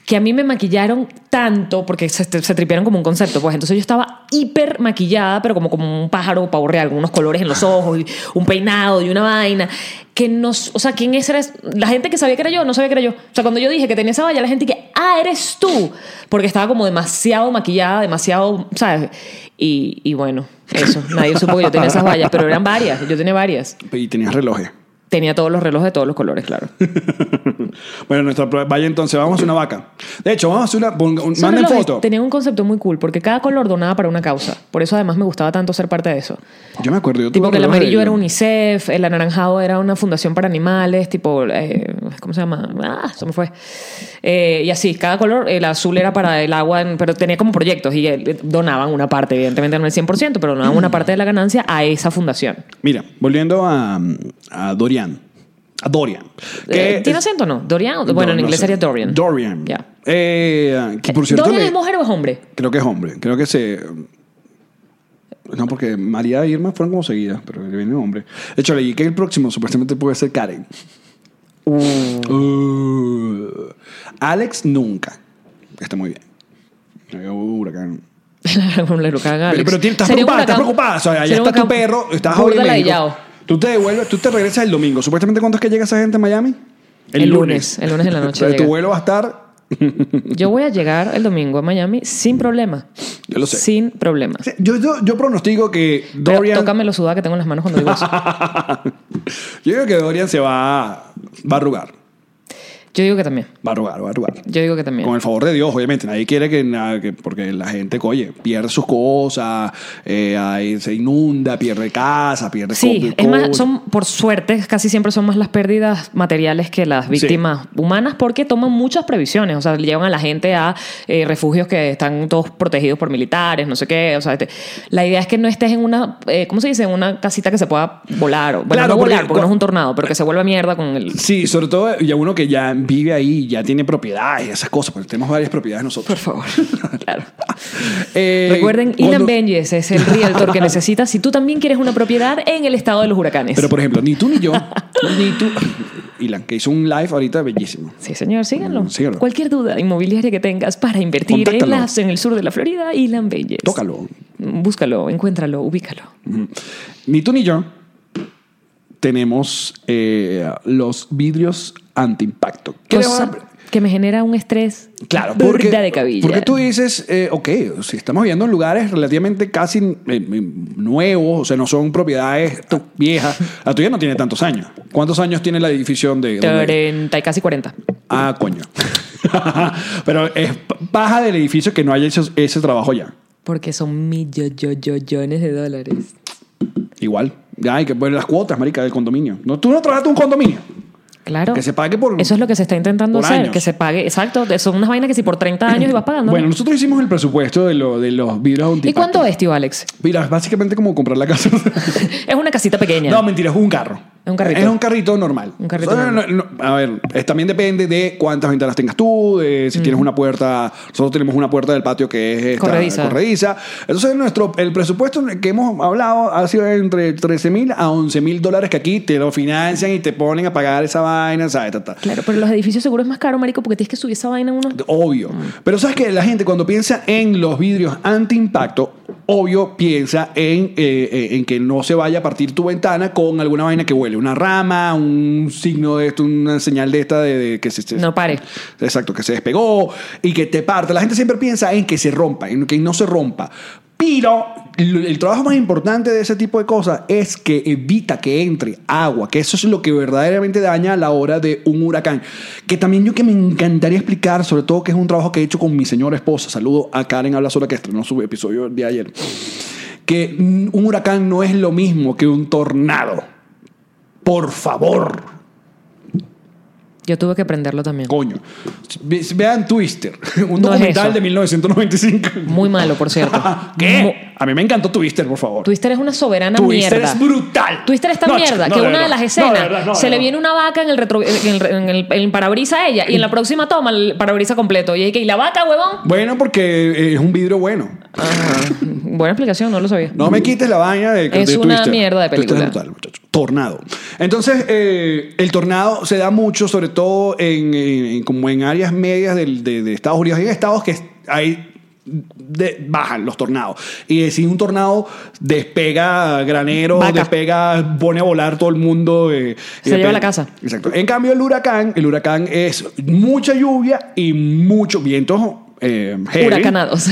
Speaker 2: que a mí me maquillaron tanto porque se, se tripearon como un concepto. Pues entonces yo estaba hiper maquillada, pero como, como un pájaro pavo real, con unos colores en los ojos y un peinado y una vaina. Que nos, o sea, ¿quién es? Eres? La gente que sabía que era yo, no sabía que era yo. O sea, cuando yo dije que tenía esa valla, la gente que, ah, eres tú. Porque estaba como demasiado maquillada, demasiado, ¿sabes? Y, y bueno, eso. Nadie supo que yo tenía esas vallas, pero eran varias. Yo tenía varias.
Speaker 1: Y tenías relojes.
Speaker 2: Tenía todos los relojes de todos los colores, claro.
Speaker 1: bueno, nuestra prueba- vaya entonces, vamos a hacer una vaca. De hecho, vamos a hacer una. ponga- un-
Speaker 2: Son
Speaker 1: Manden
Speaker 2: relojes,
Speaker 1: foto.
Speaker 2: Tenían un concepto muy cool porque cada color donaba para una causa. Por eso además me gustaba tanto ser parte de eso.
Speaker 1: Yo me acuerdo. Yo
Speaker 2: Tipo
Speaker 1: tuve
Speaker 2: que el
Speaker 1: relojes de
Speaker 2: amarillo
Speaker 1: ellos.
Speaker 2: era UNICEF, el anaranjado era una fundación para animales, tipo, eh, ¿cómo se llama? Ah, se me fue. Eh, y así, cada color, el azul era para el agua, en- pero tenía como proyectos y eh, donaban una parte, evidentemente no el 100%, pero donaban una parte de la ganancia a esa fundación.
Speaker 1: Mira, volviendo a, a Dorian. A Dorian. que-
Speaker 2: Eh, ¿Tiene acento o no? Dorian,
Speaker 1: Do-
Speaker 2: bueno, en
Speaker 1: no
Speaker 2: inglés
Speaker 1: sé.
Speaker 2: sería Dorian.
Speaker 1: Dorian.
Speaker 2: Ya.
Speaker 1: Eh, que por cierto,
Speaker 2: ¿Dorian
Speaker 1: le-
Speaker 2: es mujer o es hombre?
Speaker 1: creo que es hombre. Creo que se. No, porque María y Irma fueron como seguidas, pero le viene hombre. De hecho, leí que el próximo supuestamente puede ser Karen. Uh. Alex nunca. Está muy bien. Había un huracán.
Speaker 2: Un huracán, Alex.
Speaker 1: Pero, pero tienes- estás
Speaker 2: Sería un
Speaker 1: preocupada, estás
Speaker 2: huracán-
Speaker 1: preocupada. O sea, allá
Speaker 2: sería un
Speaker 1: está tu
Speaker 2: huracán
Speaker 1: perro, estás
Speaker 2: burda
Speaker 1: ahora en México.
Speaker 2: ladillado.
Speaker 1: Tú te devuelves, tú te regresas el domingo. Supuestamente, ¿cuándo es que llega esa gente a Miami?
Speaker 2: El lunes, el lunes en la noche
Speaker 1: Pero tu
Speaker 2: llega.
Speaker 1: vuelo va a estar.
Speaker 2: Yo voy a llegar el domingo a Miami sin problema.
Speaker 1: Yo lo sé.
Speaker 2: Sin problema.
Speaker 1: Yo, yo, yo pronostico que
Speaker 2: Pero
Speaker 1: Dorian.
Speaker 2: tócame lo sudada que tengo en las manos cuando digo eso.
Speaker 1: Yo digo que Dorian se va, va a arrugar.
Speaker 2: Yo digo que también.
Speaker 1: Va a arrugar, va a arrugar.
Speaker 2: Yo digo que también.
Speaker 1: Con el favor de Dios, obviamente. Nadie quiere que, nada, que- porque la gente, oye, pierde sus cosas, eh, ahí se inunda, pierde casa, pierde
Speaker 2: Sí,
Speaker 1: co-
Speaker 2: es más,
Speaker 1: co-
Speaker 2: son, por suerte, casi siempre son más las pérdidas materiales que las víctimas humanas porque toman muchas previsiones. O sea, llevan a la gente a eh, refugios que están todos protegidos por militares, no sé qué. O sea, este- la idea es que no estés en una, eh, ¿cómo se dice? En una casita que se pueda volar. O, bueno,
Speaker 1: Claro,
Speaker 2: no
Speaker 1: porque
Speaker 2: volar, porque
Speaker 1: cua-
Speaker 2: no es un tornado, pero que se vuelva mierda con el.
Speaker 1: Sí, sobre todo ya uno que ya vive ahí, ya tiene propiedades, esas cosas, porque tenemos varias propiedades
Speaker 2: Por
Speaker 1: nosotros.
Speaker 2: favor. claro.
Speaker 1: Eh,
Speaker 2: Recuerden, Ilan
Speaker 1: cuando-
Speaker 2: Benjes es el realtor que necesitas si tú también quieres una propiedad en el estado de los huracanes.
Speaker 1: Pero por ejemplo, ni tú ni yo, ni tú, Ilan, que hizo un live ahorita bellísimo.
Speaker 2: Sí, señor, síganlo.
Speaker 1: Mm, síganlo.
Speaker 2: Cualquier duda inmobiliaria que tengas para invertir en,
Speaker 1: Contáctalo.
Speaker 2: las- en el sur de la Florida, Ilan Benjes.
Speaker 1: Tócalo,
Speaker 2: Búscalo, encuéntralo, ubícalo.
Speaker 1: Ni tú ni yo tenemos eh, los vidrios anti-impacto. ¿Qué le
Speaker 2: Cosa
Speaker 1: va a-
Speaker 2: que me genera un estrés.
Speaker 1: Claro,
Speaker 2: burda
Speaker 1: porque,
Speaker 2: de cabilla.
Speaker 1: porque tú dices, eh, ok, si estamos viviendo en lugares relativamente casi eh, eh, nuevos, o sea, no son propiedades tu- viejas, la tuya no tiene tantos años. ¿Cuántos años tiene la edificación de... donde-
Speaker 2: 30 y casi 40.
Speaker 1: Ah, coño. Pero es baja del edificio que no haya hecho ese trabajo ya.
Speaker 2: Porque son millones de dólares.
Speaker 1: Igual. Ya hay que poner las cuotas, marica, del condominio. No, tú no trabajaste un condominio.
Speaker 2: Claro.
Speaker 1: Que se pague por-
Speaker 2: Eso es lo que se está intentando
Speaker 1: por
Speaker 2: hacer.
Speaker 1: años.
Speaker 2: Que se pague. Exacto. Son unas vainas que si por 30 años ibas pagando.
Speaker 1: Bueno, nosotros hicimos el presupuesto de, lo, de los vidrios
Speaker 2: Ah, ¿Y cuánto es, tío Alex?
Speaker 1: Mira, es básicamente como comprar la casa.
Speaker 2: Es una casita pequeña.
Speaker 1: No, mentira, es un carro.
Speaker 2: Es un carrito.
Speaker 1: Es un carrito normal.
Speaker 2: Un carrito
Speaker 1: O sea, no,
Speaker 2: normal.
Speaker 1: no, no, a ver, es- también depende de cuántas ventanas tengas tú, de si
Speaker 2: Mm.
Speaker 1: tienes una puerta. Nosotros tenemos una puerta del patio que es esta,
Speaker 2: Corrediza.
Speaker 1: corrediza. Entonces, nuestro, el presupuesto que hemos hablado ha sido entre 13 mil a 11 mil dólares que aquí te lo financian y te ponen a pagar esa vaina, ¿sabes? Ta, ta.
Speaker 2: Claro, pero los edificios seguro es más caro, marico, porque tienes que subir esa vaina uno.
Speaker 1: Obvio. Pero sabes que la gente cuando piensa en los vidrios anti-impacto, obvio piensa en, eh, eh, en que no se vaya a partir tu ventana con alguna vaina que huele, una rama, un signo de esto, una señal de esta de, de que se, se-
Speaker 2: No pare.
Speaker 1: Exacto, que se despegó y que te parte. La gente siempre piensa en que se rompa, en que no se rompa. Pero l- el trabajo más importante de ese tipo de cosas es que evita que entre agua, que eso es lo que verdaderamente daña a la hora de un huracán. Que también yo que me encantaría explicar, sobre todo que es un trabajo que he hecho con mi señora esposa. Saludo a Karen Habla Sola que estrenó su episodio de ayer. Que mm, un huracán no es lo mismo que un tornado. Por favor,
Speaker 2: Yo tuve que prenderlo también.
Speaker 1: Coño. Ve- Vean Twister, un
Speaker 2: No es
Speaker 1: documental
Speaker 2: eso.
Speaker 1: de 1995.
Speaker 2: Muy malo, por cierto. Mu-
Speaker 1: ¿Qué? A mí me encantó Twister, por favor.
Speaker 2: Twister es una soberana
Speaker 1: Twister
Speaker 2: mierda.
Speaker 1: es brutal.
Speaker 2: Twister es tan
Speaker 1: No,
Speaker 2: mierda
Speaker 1: no,
Speaker 2: que
Speaker 1: de
Speaker 2: una de
Speaker 1: verdad. No,
Speaker 2: las
Speaker 1: de
Speaker 2: escenas
Speaker 1: verdad, no, de
Speaker 2: se le
Speaker 1: verdro-
Speaker 2: viene una vaca en el, retro, en el, en el- en el parabrisas a ella y en la próxima toma el parabrisas completo. Y es que, ¿y la vaca, huevón?
Speaker 1: Bueno, porque eh, es un vidrio bueno.
Speaker 2: Ah, buena explicación, no lo sabía.
Speaker 1: No me quites la vaina de, de
Speaker 2: Es
Speaker 1: Twister.
Speaker 2: una mierda de
Speaker 1: Twister es
Speaker 2: película.
Speaker 1: brutal, muchacho. Tornado. Entonces, eh, el tornado se da mucho, sobre todo en, en- en- como en áreas medias del- de, de Estados Unidos. Hay estados que hay de- bajan los tornados. Y eh, si un tornado despega granero,
Speaker 2: Vaca.
Speaker 1: despega, pone a volar todo el mundo. eh,
Speaker 2: Se
Speaker 1: y
Speaker 2: lleva
Speaker 1: depe-
Speaker 2: la casa.
Speaker 1: Exacto. En cambio, el huracán, el huracán es mucha lluvia y mucho vientos. Eh, heavy.
Speaker 2: Huracanados.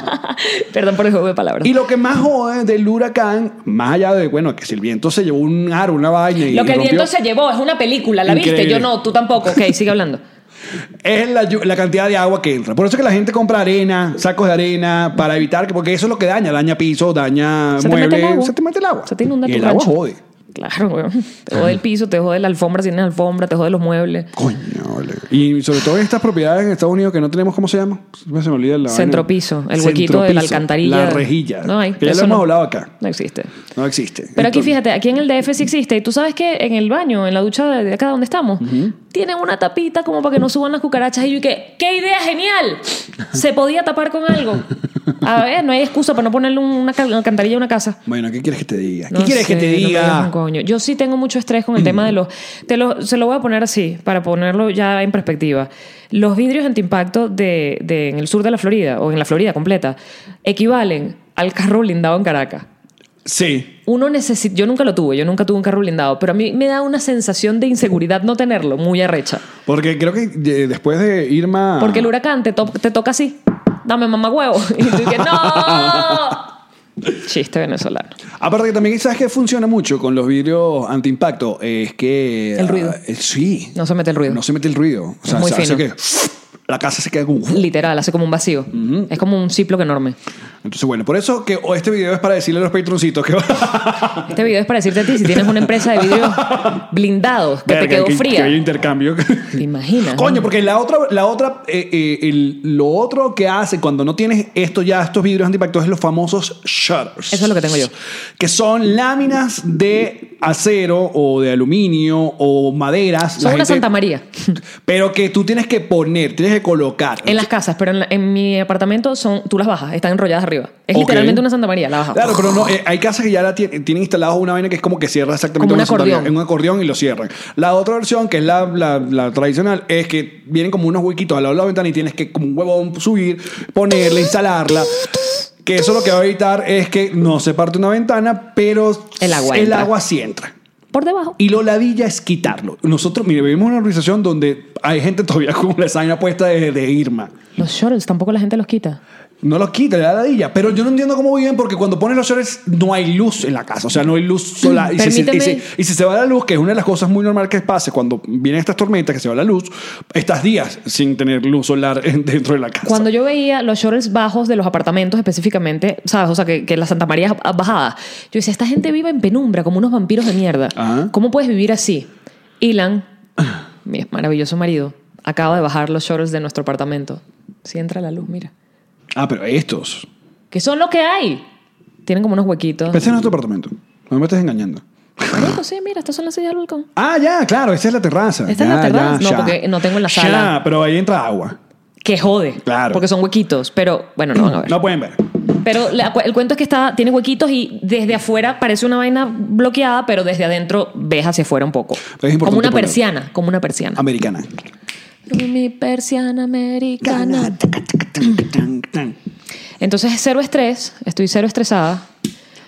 Speaker 2: Perdón por el juego de palabras.
Speaker 1: Y lo que más jode del huracán, más allá de, bueno, que si el viento se llevó un aro, una vaina y
Speaker 2: Lo que el
Speaker 1: rompió,
Speaker 2: viento se llevó es una película, ¿la viste?
Speaker 1: Increíble.
Speaker 2: Yo no, tú tampoco. Ok, sigue hablando.
Speaker 1: es la, llu- la cantidad de agua que entra. Por eso es que la gente compra arena, sacos de arena, para evitar que, porque eso es lo que daña, daña piso, daña
Speaker 2: Se te
Speaker 1: muebles,
Speaker 2: mete el agua.
Speaker 1: se te mete el agua.
Speaker 2: Se te inunda
Speaker 1: y
Speaker 2: tu
Speaker 1: el agua
Speaker 2: rancho.
Speaker 1: jode.
Speaker 2: Claro, weón. Te jode el piso, te jode la alfombra si tienes alfombra, te jode los muebles.
Speaker 1: Coño, vale. Y sobre todo en estas propiedades en Estados Unidos que no tenemos, ¿cómo se llama? Siempre Se me olvida la vaina.
Speaker 2: Centropiso, el huequito de la
Speaker 1: Centropiso,
Speaker 2: alcantarilla.
Speaker 1: La rejilla.
Speaker 2: No hay.
Speaker 1: Que ya
Speaker 2: eso
Speaker 1: lo hemos
Speaker 2: no-
Speaker 1: hablado acá.
Speaker 2: No existe.
Speaker 1: No existe.
Speaker 2: Pero aquí
Speaker 1: Entonces-
Speaker 2: fíjate, aquí en el DF sí existe. Y tú sabes que en el baño, en la ducha de de acá donde estamos, tienen una tapita como para que no suban las cucarachas. Y yo que, ¡qué idea genial! Se podía tapar con algo. A ver, no hay excusa para no ponerle un- una ca- alcantarilla a una casa.
Speaker 1: Bueno, ¿qué quieres que te diga? ¿Qué
Speaker 2: No
Speaker 1: quieres que
Speaker 2: sé,
Speaker 1: te
Speaker 2: no me digas
Speaker 1: diga?
Speaker 2: un coño. Yo sí tengo mucho estrés con el tema de los. Te lo, se lo voy a poner así, para ponerlo ya en perspectiva. Los vidrios antiimpacto de, de, en el sur de la Florida, o en la Florida completa, equivalen al carro blindado en Caracas.
Speaker 1: sí.
Speaker 2: Uno necesita. Yo nunca lo tuve, yo nunca tuve un carro blindado, pero a mí me da una sensación de inseguridad no tenerlo, muy arrecha.
Speaker 1: Porque creo que eh, después de Irma.
Speaker 2: Porque el huracán te, to- te toca así. Dame mamá huevo. Y tú que no. Chiste venezolano.
Speaker 1: Aparte que también sabes que funciona mucho con los vidrios antiimpacto es que
Speaker 2: El ruido.
Speaker 1: ah, eh, sí.
Speaker 2: No se mete el ruido.
Speaker 1: No se mete el ruido. O sea,
Speaker 2: Es muy
Speaker 1: se hace
Speaker 2: fino.
Speaker 1: que la casa se queda como
Speaker 2: Literal, hace como un vacío. Es como un ciplo enorme.
Speaker 1: Entonces, bueno, por eso que o este video es para decirle a los patroncitos que
Speaker 2: Este video es para decirte a ti si tienes una empresa de vidrios blindados que te
Speaker 1: Verga,
Speaker 2: quedó
Speaker 1: que-
Speaker 2: fría.
Speaker 1: que hay intercambio.
Speaker 2: ¿Te imaginas?
Speaker 1: Coño,
Speaker 2: no?
Speaker 1: porque la otra, la otra eh, eh, el- lo otro que hace cuando no tienes esto ya, estos vidrios antipactos, es los famosos shutters.
Speaker 2: Eso es lo que tengo yo.
Speaker 1: Que son láminas de acero o de aluminio o maderas.
Speaker 2: Son
Speaker 1: La
Speaker 2: una
Speaker 1: gente-
Speaker 2: Santa María
Speaker 1: Pero que tú tienes que poner, tienes que colocar.
Speaker 2: en las casas, pero en, la- en mi apartamento son, tú las bajas, están enrolladas arriba. Es
Speaker 1: Ok.
Speaker 2: literalmente una Santa María, la bajas.
Speaker 1: Claro, pero no, eh, hay casas que ya la tie- tienen instalado una vaina que es como que cierra exactamente
Speaker 2: Como un
Speaker 1: una Santa María,
Speaker 2: acordeón.
Speaker 1: en un acordeón y lo cierran. La otra versión, que es la, la- la tradicional, es que vienen como unos huequitos al lado de la ventana y tienes que como un huevón subir, ponerla, instalarla. que eso lo que va a evitar es que no se parte una ventana, pero
Speaker 2: El agua
Speaker 1: el
Speaker 2: entra.
Speaker 1: agua sí entra.
Speaker 2: Por debajo.
Speaker 1: Y lo ladilla es quitarlo. Nosotros, mire, vivimos en una organización donde hay gente todavía con la vaina puesta de, de Irma.
Speaker 2: Los shorts tampoco la gente los quita.
Speaker 1: No los quita, le da ladilla. Pero yo no entiendo cómo viven porque cuando ponen los shorts no hay luz en la casa. O sea, no hay luz solar. Y, si se- y si,
Speaker 2: Permíteme.
Speaker 1: y si se va la luz, que es una de las cosas muy normales que pase cuando vienen estas tormentas, que se va la luz, estás días sin tener luz solar en- dentro de la casa.
Speaker 2: Cuando yo veía los shorts bajos de los apartamentos específicamente, ¿sabes? O sea, que, que la Santa María es bajada. Yo decía, esta gente vive en penumbra, como unos vampiros de mierda.
Speaker 1: Ajá.
Speaker 2: ¿Cómo puedes vivir así? Ilan, mi maravilloso marido, acaba de bajar los shorts de nuestro apartamento. Si entra la luz, mira.
Speaker 1: Ah, pero estos.
Speaker 2: Que son lo que hay. Tienen como unos huequitos.
Speaker 1: Pensé en nuestro apartamento. No me estés engañando.
Speaker 2: Marico, sí, mira, estas son las sillas del balcón.
Speaker 1: Ah, ya, claro, esta es la terraza.
Speaker 2: Esta es la
Speaker 1: Ya,
Speaker 2: terraza.
Speaker 1: ya,
Speaker 2: No,
Speaker 1: ya.
Speaker 2: porque no tengo en la
Speaker 1: Ya,
Speaker 2: sala.
Speaker 1: pero ahí entra agua.
Speaker 2: Que jode.
Speaker 1: Claro.
Speaker 2: Porque son huequitos, pero bueno, no van a ver.
Speaker 1: No pueden ver.
Speaker 2: Pero la cu- el cuento es que está, tiene huequitos y desde afuera parece una vaina bloqueada, pero desde adentro ves hacia afuera un poco.
Speaker 1: importante
Speaker 2: como una
Speaker 1: ponerlo.
Speaker 2: persiana, como una persiana.
Speaker 1: Americana.
Speaker 2: Mi persiana americana. Entonces cero estrés, estoy cero estresada.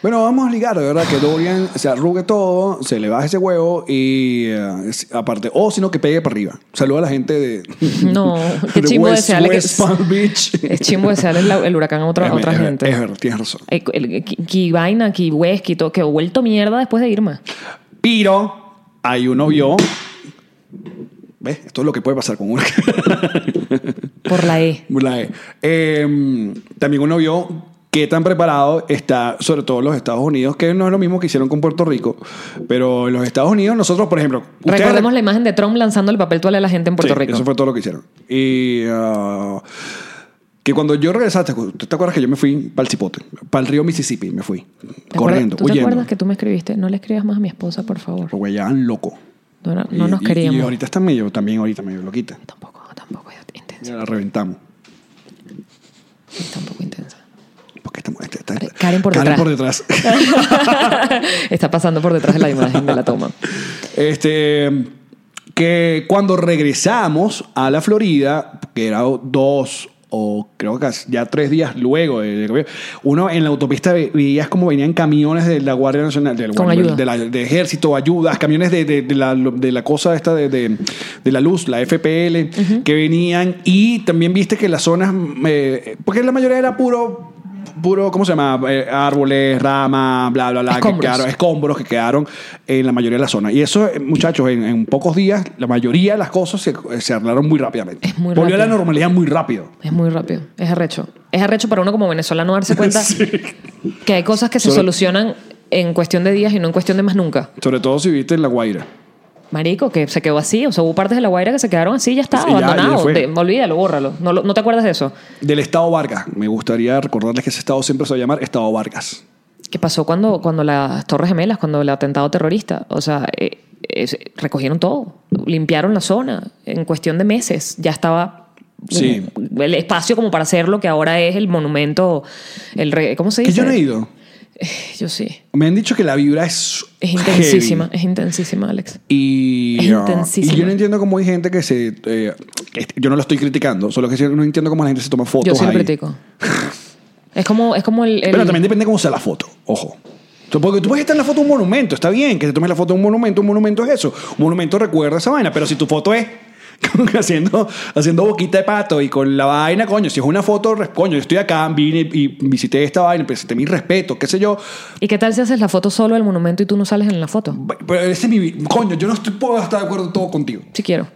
Speaker 1: Bueno, vamos a ligar, de verdad, que Dorian se arrugue todo, se le baje ese huevo y eh, es- aparte, o sino que pegue para arriba. Saluda a la gente de.
Speaker 2: No, qué
Speaker 1: de
Speaker 2: chimbo
Speaker 1: West-
Speaker 2: desearle que-
Speaker 1: West Palm Beach.
Speaker 2: Es chimbo desearle el, el huracán a otra, a
Speaker 1: Es-
Speaker 2: otra
Speaker 1: es-
Speaker 2: gente.
Speaker 1: Es verdad, tienes razón.
Speaker 2: Eh, el- qui- qui vaina, qui hues, qui todo, que he vuelto mierda después de Irma.
Speaker 1: Pero ahí uno vio. ¿Ves? Esto es lo que puede pasar con uno.
Speaker 2: Por la E.
Speaker 1: La E. Eh, también uno vio qué tan preparado está, sobre todo los Estados Unidos, que no es lo mismo que hicieron con Puerto Rico, pero en los Estados Unidos, nosotros, por ejemplo, ustedes-
Speaker 2: Recordemos la imagen de Trump lanzando el papel toalla a la gente en Puerto
Speaker 1: Sí,
Speaker 2: Rico.
Speaker 1: Eso fue todo lo que hicieron. Y ah, que cuando yo regresaste, ¿tú te acuerdas que yo me fui para el Cipote, para el río Mississippi? Me fui
Speaker 2: ¿Te acuerdas-
Speaker 1: corriendo,
Speaker 2: ¿Tú te
Speaker 1: huyendo.
Speaker 2: acuerdas que tú me escribiste? No le escribas más a mi esposa, por favor.
Speaker 1: Porque ya eran loco.
Speaker 2: No, no- no
Speaker 1: Y-
Speaker 2: nos
Speaker 1: y-
Speaker 2: queríamos.
Speaker 1: Y, ahorita está medio, también ahorita medio loquita.
Speaker 2: Tampoco, tampoco es intensa.
Speaker 1: Ya la reventamos.
Speaker 2: Tampoco intensa.
Speaker 1: Porque estamos, esta- esta-
Speaker 2: Karen- Karen por detrás.
Speaker 1: por detrás.
Speaker 2: Está pasando por detrás de la imagen de la toma.
Speaker 1: Este, que cuando regresamos a la Florida, que era dos o creo que ya tres días luego, de- uno en la autopista ve- veías como venían camiones de la Guardia Nacional, del,
Speaker 2: Con ayuda.
Speaker 1: de la- de Ejército, ayudas, camiones de, de- de la, de la cosa esta de, de- de la luz, la FPL, que venían y también viste que las zonas, eh, porque la mayoría era puro... Puro, ¿cómo se llama? Eh, árboles, ramas, bla, bla, bla. que
Speaker 2: Escombros.
Speaker 1: quedaron- escombros que quedaron en la mayoría de las zonas. Y eso, eh, muchachos, en, en pocos días, la mayoría de las cosas se, se arreglaron muy rápidamente.
Speaker 2: Es muy
Speaker 1: Volvió a la
Speaker 2: rápido.
Speaker 1: normalidad muy rápido.
Speaker 2: Es muy rápido. Es arrecho. Es arrecho para uno como venezolano darse cuenta
Speaker 1: Sí.
Speaker 2: que hay cosas que se
Speaker 1: Solo-
Speaker 2: solucionan en cuestión de días y no en cuestión de más nunca.
Speaker 1: Sobre todo si viste en La Guaira.
Speaker 2: Marico, que se quedó así. O sea, hubo partes de la Guaira que se quedaron así, ya está,
Speaker 1: Sí, ya, ya
Speaker 2: abandonado.
Speaker 1: fue.
Speaker 2: Te- olvídalo, bórralo. No, lo- no te acuerdas de eso.
Speaker 1: Del Estado Vargas. Me gustaría recordarles que ese estado siempre se va a llamar Estado Vargas.
Speaker 2: ¿Qué pasó cuando, cuando las Torres Gemelas, cuando el atentado terrorista? O sea, eh, es- recogieron todo, limpiaron la zona. En cuestión de meses ya estaba
Speaker 1: Sí.
Speaker 2: um, el espacio como para hacer lo que ahora es el monumento, el re- ¿cómo se
Speaker 1: Que
Speaker 2: dice?
Speaker 1: yo no he ido.
Speaker 2: Yo sí.
Speaker 1: Me han dicho que la vibra es.
Speaker 2: Es intensísima,
Speaker 1: heavy.
Speaker 2: es intensísima, Alex.
Speaker 1: Y,
Speaker 2: Es
Speaker 1: ah,
Speaker 2: intensísima.
Speaker 1: y yo no entiendo cómo hay gente que se. eh, que est- yo no lo estoy criticando, solo que sí no entiendo cómo la gente se toma fotos.
Speaker 2: Yo sí lo
Speaker 1: ahí.
Speaker 2: critico. es como, es como el, el-
Speaker 1: Pero también depende cómo sea la foto, ojo. O sea, Porque tú puedes estar en la foto de un monumento, está bien que te tomes la foto de un monumento, un monumento es eso. Un monumento recuerda esa vaina, pero si tu foto es haciendo, haciendo boquita de pato y con la vaina, coño, si es una foto, res- coño, yo estoy acá, vine y visité esta vaina, presenté mi respeto, qué sé yo.
Speaker 2: ¿Y qué tal si haces la foto solo del monumento y tú no sales en la foto?
Speaker 1: Pero ese es mi. vi- Coño, yo no estoy, puedo estar de acuerdo todo contigo.
Speaker 2: Si quiero.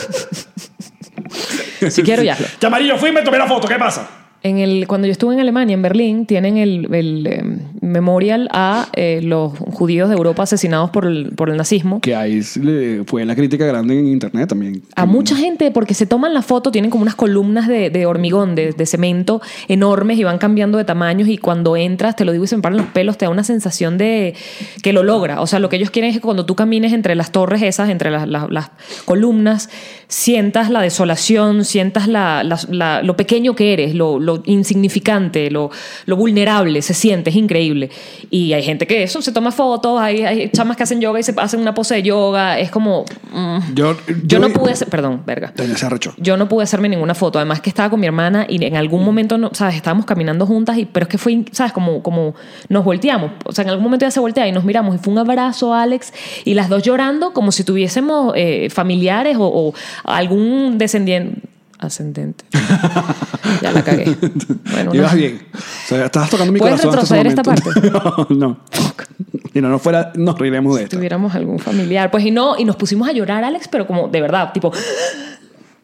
Speaker 2: si quiero, ya hazlo.
Speaker 1: Chamarillo, fui y me tomé la foto, ¿qué pasa?
Speaker 2: En el, cuando yo estuve en Alemania, en Berlín, tienen el, el, eh, memorial a eh, los judíos de Europa asesinados por el, por el nazismo.
Speaker 1: Que ahí es- le- fue la crítica grande en internet también.
Speaker 2: A mucha gente, porque se toman la foto, tienen como unas columnas de, de hormigón, de, de cemento enormes y van cambiando de tamaños y cuando entras, te lo digo y se me paran los pelos, te da una sensación de que lo logra. O sea, lo que ellos quieren es que cuando tú camines entre las torres esas, entre las, las- las columnas, sientas la desolación, sientas la- la- la- lo pequeño que eres, lo, lo insignificante, lo, lo vulnerable, se siente, es increíble. Y hay gente que eso se toma fotos fotos, hay, hay chamas que hacen yoga y se hacen una pose de yoga. Es como. mm.
Speaker 1: Yo,
Speaker 2: Yo no pude hacer. Perdón, verga.
Speaker 1: Doña Serracho.
Speaker 2: Yo no pude hacerme ninguna foto. Además que estaba con mi hermana y en algún momento, no, ¿sabes? Estábamos caminando juntas, y, pero es que fue, in- ¿sabes? Como, como nos volteamos. O sea, en algún momento ya se voltea y nos miramos. Y fue un abrazo, Alex, y las dos llorando como si tuviésemos eh, familiares o, o algún descendiente. Ascendente. ya la cagué. Bueno,
Speaker 1: Ibas
Speaker 2: no.
Speaker 1: bien. O sea, estabas tocando mi
Speaker 2: ¿Puedes
Speaker 1: corazón. hasta ese
Speaker 2: retroceder
Speaker 1: momento. no. Si no, no fuera, nos reiremos de esto.
Speaker 2: tuviéramos algún familiar. Pues y no, y nos pusimos a llorar, Alex, pero como de verdad, tipo.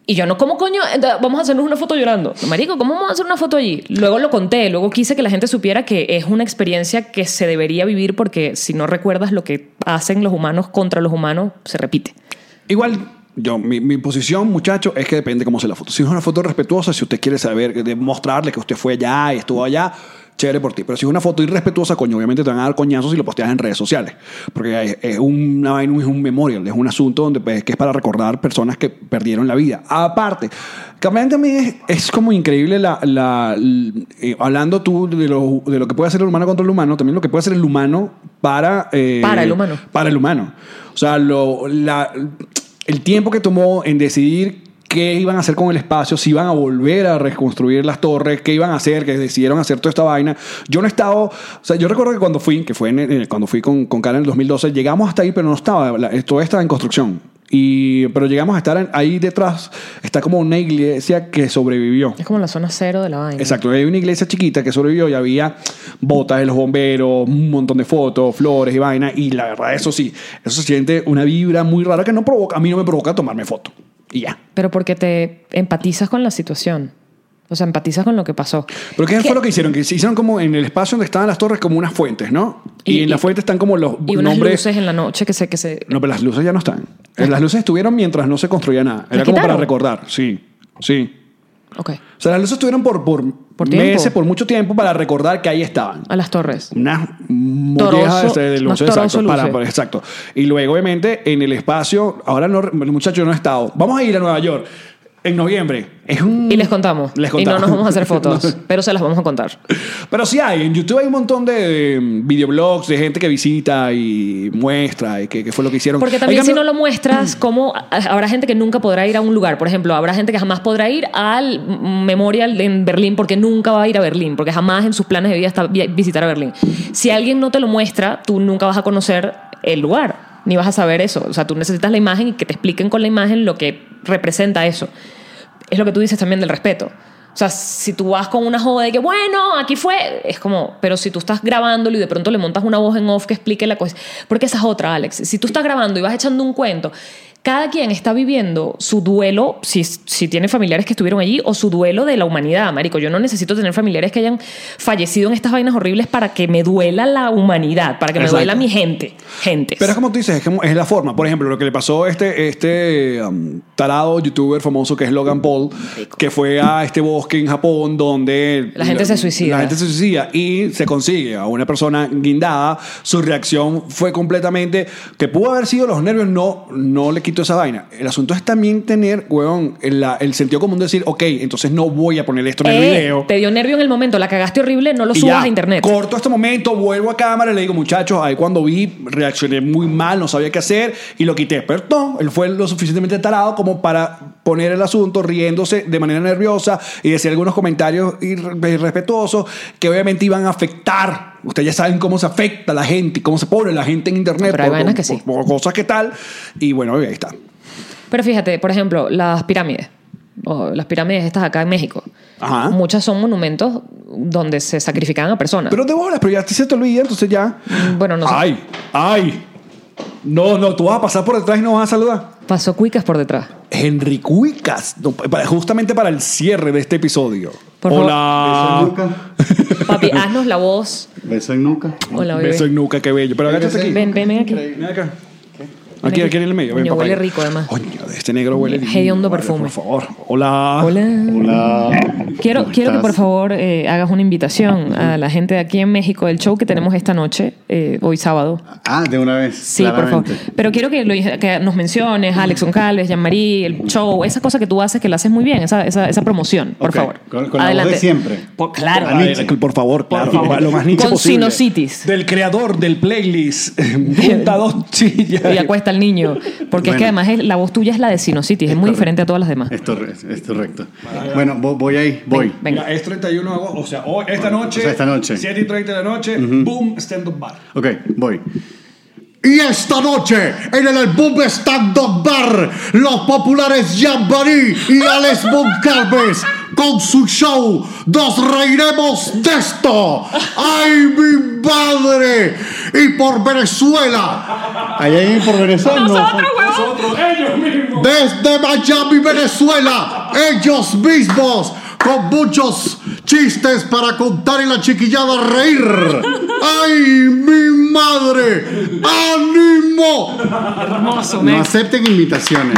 Speaker 2: Y yo no, ¿cómo coño? Ent- Vamos a hacernos una foto llorando. Marico, ¿cómo vamos a hacer una foto allí? Luego lo conté, luego quise que la gente supiera que es una experiencia que se debería vivir porque si no recuerdas lo que hacen los humanos contra los humanos, se repite.
Speaker 1: Igual, yo, mi, mi posición, muchacho, es que depende cómo sea la foto. Si es una foto respetuosa, si usted quiere saber, demostrarle que usted fue allá y estuvo allá, chévere por ti. Pero si es una foto irrespetuosa, coño, obviamente te van a dar coñazos si lo posteas en redes sociales. Porque es, es una vaina, es un memorial, es un asunto donde pues, que es para recordar personas que perdieron la vida. Aparte, también, también es, es como increíble la, la- l- eh, hablando tú de lo, de lo que puede hacer el humano contra el humano, también lo que puede hacer el humano para... eh,
Speaker 2: Para el humano.
Speaker 1: para el humano. O sea, lo- la- el tiempo que tomó en decidir qué iban a hacer con el espacio, si iban a volver a reconstruir las torres, qué iban a hacer, que decidieron hacer toda esta vaina. Yo no he estado, o sea, yo recuerdo que cuando fui, que fue en- en- cuando fui con, con Cara en el 2012, llegamos hasta ahí, pero no estaba, la- eh, todo estaba en construcción. Y, pero llegamos a estar en- ahí detrás, está como una iglesia que sobrevivió.
Speaker 2: Es como la zona cero de la vaina.
Speaker 1: Exacto, hay una iglesia chiquita que sobrevivió y había botas de los bomberos, un montón de fotos, flores y vaina. Y la verdad, eso sí, eso se siente una vibra muy rara que no provoca, a mí no me provoca tomarme foto. Y ya.
Speaker 2: Pero porque te empatizas con la situación. O sea, empatizas con lo que pasó.
Speaker 1: Pero ¿qué,
Speaker 2: Es que-
Speaker 1: fue lo que hicieron? Que se hicieron como en el espacio donde estaban las torres, como unas fuentes, ¿no? Y,
Speaker 2: Y-
Speaker 1: en la
Speaker 2: y-
Speaker 1: fuente están como los
Speaker 2: Y unas
Speaker 1: nombres.
Speaker 2: luces en la noche que se... Que se
Speaker 1: No, pero las luces ya no están. Eh, Las luces estuvieron mientras no se construía nada. Era como para
Speaker 2: quitaron?
Speaker 1: recordar. Sí, sí.
Speaker 2: ok,
Speaker 1: O sea, las luces estuvieron por, por,
Speaker 2: Por tiempo.
Speaker 1: meses, por mucho tiempo, para recordar que ahí estaban.
Speaker 2: a las torres.
Speaker 1: unas
Speaker 2: Torozo,
Speaker 1: mollejas de
Speaker 2: unas
Speaker 1: luces,
Speaker 2: torozo
Speaker 1: exacto, para-
Speaker 2: luces.
Speaker 1: para- exacto. Y luego, obviamente, en el espacio, ahora no, muchachos, no he estado. Vamos a ir a Nueva York en noviembre. Es un-
Speaker 2: Y les contamos.
Speaker 1: Les
Speaker 2: Y no
Speaker 1: contamos.
Speaker 2: nos vamos a hacer fotos,
Speaker 1: No.
Speaker 2: pero se las vamos a contar.
Speaker 1: Pero sí hay, en YouTube hay un montón de, de videoblogs de gente que visita y muestra y que, que fue lo que hicieron.
Speaker 2: Porque también
Speaker 1: En
Speaker 2: si
Speaker 1: cambio-
Speaker 2: no lo muestras, ¿cómo a- habrá gente que nunca podrá ir a un lugar? Por ejemplo, habrá gente que jamás podrá ir al Memorial en Berlín porque nunca va a ir a Berlín, porque jamás en sus planes de vida está vi- visitar a Berlín. Si alguien no te lo muestra, tú nunca vas a conocer el lugar, ni vas a saber eso. O sea, tú necesitas la imagen y que te expliquen con la imagen lo que representa eso. Es lo que tú dices también del respeto. O sea, si tú vas con una joda de que, bueno, aquí fue, es como, pero si tú estás grabándolo y de pronto le montas una voz en off que explique la cosa, porque esa es otra, Alex, si tú estás grabando y vas echando un cuento, cada quien está viviendo su duelo, si, si tiene familiares que estuvieron allí, o su duelo de la humanidad, Marico, yo no necesito tener familiares que hayan fallecido en estas vainas horribles para que me duela la humanidad, para que
Speaker 1: Exacto.
Speaker 2: me duela mi gente, gente.
Speaker 1: Pero es como tú dices, es, como- es la forma. Por ejemplo, lo que le pasó a este, este um, tarado youtuber famoso que es Logan Paul, que fue a este bosque en Japón donde...
Speaker 2: La gente se suicida.
Speaker 1: La gente se suicida y se consigue a una persona guindada. Su reacción fue completamente... Que pudo haber sido los nervios, no, no le quito esa vaina. El asunto es también tener, weón, el, la- el sentido común de decir, ok, entonces no voy a poner esto en el
Speaker 2: Eh,
Speaker 1: video.
Speaker 2: Te dio nervio en el momento, la cagaste horrible, no lo
Speaker 1: Y
Speaker 2: subas
Speaker 1: ya,
Speaker 2: a internet.
Speaker 1: Corto este momento, vuelvo a cámara y le digo, muchachos, ahí cuando vi, reaccioné muy mal, no sabía qué hacer y lo quité. Pero no, él fue lo suficientemente tarado como para poner el asunto riéndose de manera nerviosa y decir algunos comentarios irre- irrespetuosos que obviamente iban a afectar. Ustedes ya saben cómo se afecta la gente y cómo se pone la gente en internet
Speaker 2: Pero hay vainas que sí.
Speaker 1: por cosas que tal. Y bueno, ahí está.
Speaker 2: Pero fíjate, por ejemplo, las pirámides. o las pirámides estas acá en México.
Speaker 4: Ah.
Speaker 1: Ajá.
Speaker 2: Muchas son monumentos donde se sacrificaban a personas.
Speaker 1: Pero de bolas, pero ya se te olvida, entonces ya.
Speaker 2: bueno, no sé.
Speaker 1: Ay, ay. No, no, tú vas a pasar por detrás y no vas a saludar.
Speaker 2: Pasó cuicas por detrás.
Speaker 1: Henry Cuicas, no, para- justamente para el cierre de este episodio.
Speaker 2: Por favor. Ah.
Speaker 1: Hola.
Speaker 4: Beso en nuca.
Speaker 2: Papi, haznos la voz.
Speaker 4: Beso en nuca.
Speaker 2: Hola, bebé.
Speaker 1: Beso en nuca, qué bello. Pero agáchate aquí.
Speaker 2: Ven, ven, ven aquí.
Speaker 1: Ven acá. Aquí, aquí en el medio. Ven,
Speaker 2: Coño,
Speaker 1: papá.
Speaker 2: huele rico, además.
Speaker 1: Coño, este negro huele lindo,
Speaker 2: Hediondo
Speaker 1: vale,
Speaker 2: perfume.
Speaker 1: Por favor. Hola.
Speaker 2: Hola.
Speaker 4: Hola.
Speaker 2: Quiero,
Speaker 4: Ah.
Speaker 2: quiero
Speaker 4: ¿Cómo
Speaker 2: que
Speaker 4: estás?
Speaker 2: por favor eh, hagas una invitación a la gente de aquí en México del show que tenemos esta noche, eh, hoy sábado.
Speaker 4: Ah, de una vez.
Speaker 2: Sí, por
Speaker 4: claramente.
Speaker 2: favor. Pero quiero que, lo- que nos menciones, Alex Goncalves, Jean-Marie, el show, esa cosa que tú haces que la haces muy bien, esa, esa, esa promoción, por
Speaker 4: Ok,
Speaker 2: favor.
Speaker 4: Con, con la voz de siempre.
Speaker 2: Por- claro.
Speaker 4: Ah, Nietzsche.
Speaker 1: Por favor, claro.
Speaker 2: favor.
Speaker 1: Lo más niche
Speaker 2: Con
Speaker 1: posible.
Speaker 2: sinusitis.
Speaker 1: Del creador del playlist. Punta dos chillas.
Speaker 2: Y acuesta al niño. Porque es que
Speaker 4: Bueno.
Speaker 2: además es- la voz tuya es la de sinusitis, es muy diferente a todas las demás.
Speaker 4: Es, corre- es correcto. Bueno, vo- voy ahí, voy.
Speaker 2: Ven.
Speaker 1: Mira, es 31 de agosto, o sea, hoy, esta noche,
Speaker 4: O sea, esta noche.
Speaker 1: 7 y 30 de la noche, boom, stand-up bar.
Speaker 4: Ok, voy. Y esta noche, en el álbum Stand Up Bar, los populares Jambari y Alex Moncalves, con su show, nos reiremos de esto. ¡Ay, mi madre! Y por Venezuela. ¿Hay alguien por Venezuela?
Speaker 1: Nosotros, ellos mismos.
Speaker 4: desde Miami, Venezuela, ellos mismos, con muchos chistes para contar y la chiquillada reír. ¡Ay, mi madre! ¡Ánimo!
Speaker 2: Hermoso,
Speaker 4: No acepten invitaciones.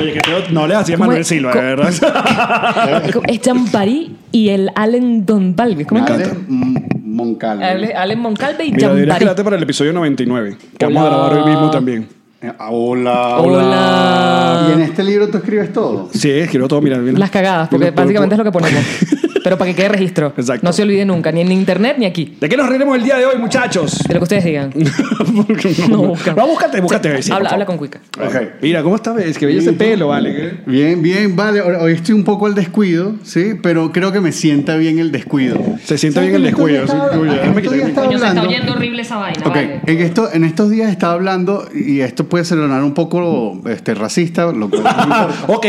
Speaker 1: Oye, que te- no le hacía Manuel
Speaker 2: es?
Speaker 1: Silva, de
Speaker 2: ¿Cómo-
Speaker 1: verdad.
Speaker 2: Es Jean-Paris y y el Allen Donvalves. ¿Cómo es que-
Speaker 4: Alex Mm, Moncalvo.
Speaker 2: Ale- Allen Moncalve y
Speaker 1: Mira, deberías
Speaker 2: Jean-Paris.
Speaker 1: quedarte para el episodio 99, que vamos a
Speaker 2: Hola.
Speaker 1: grabar hoy mismo también.
Speaker 4: Eh, Hola.
Speaker 2: Hola.
Speaker 4: ¿Y en este libro tú escribes todo?
Speaker 1: Sí, escribo todo, mira, mira.
Speaker 2: Las cagadas, porque
Speaker 1: Mira, por-
Speaker 2: básicamente es
Speaker 1: por-
Speaker 2: lo que ponemos. Pero para que quede registro.
Speaker 1: Exacto.
Speaker 2: No se olvide nunca, ni en internet ni aquí.
Speaker 1: ¿De qué nos reiremos el día de hoy, muchachos?
Speaker 2: De lo que ustedes digan.
Speaker 1: Porque
Speaker 2: No, busca.
Speaker 1: No, búscate, búscate. sí, por
Speaker 2: habla,
Speaker 1: favor.
Speaker 2: habla con Cuica.
Speaker 4: Ok.
Speaker 1: Mira, ¿cómo está? Es que veía ese pelo, vale.
Speaker 4: Bien, bien, vale. Hoy hoy estoy un poco al descuido, ¿sí? Pero creo que me sienta bien el descuido.
Speaker 1: Se siente
Speaker 4: ¿Sabes
Speaker 1: bien el
Speaker 4: que
Speaker 1: descuido,
Speaker 4: estos días
Speaker 1: sí,
Speaker 4: estaba-
Speaker 1: uy, ya me
Speaker 4: estos
Speaker 1: quité
Speaker 4: días
Speaker 1: mi-
Speaker 4: estaba hablando-
Speaker 2: horrible esa vaina.
Speaker 4: Ok, en, esto, en estos días estaba hablando, y esto puede sonar un poco este, racista, lo cual no importa,
Speaker 1: Ah, Ok.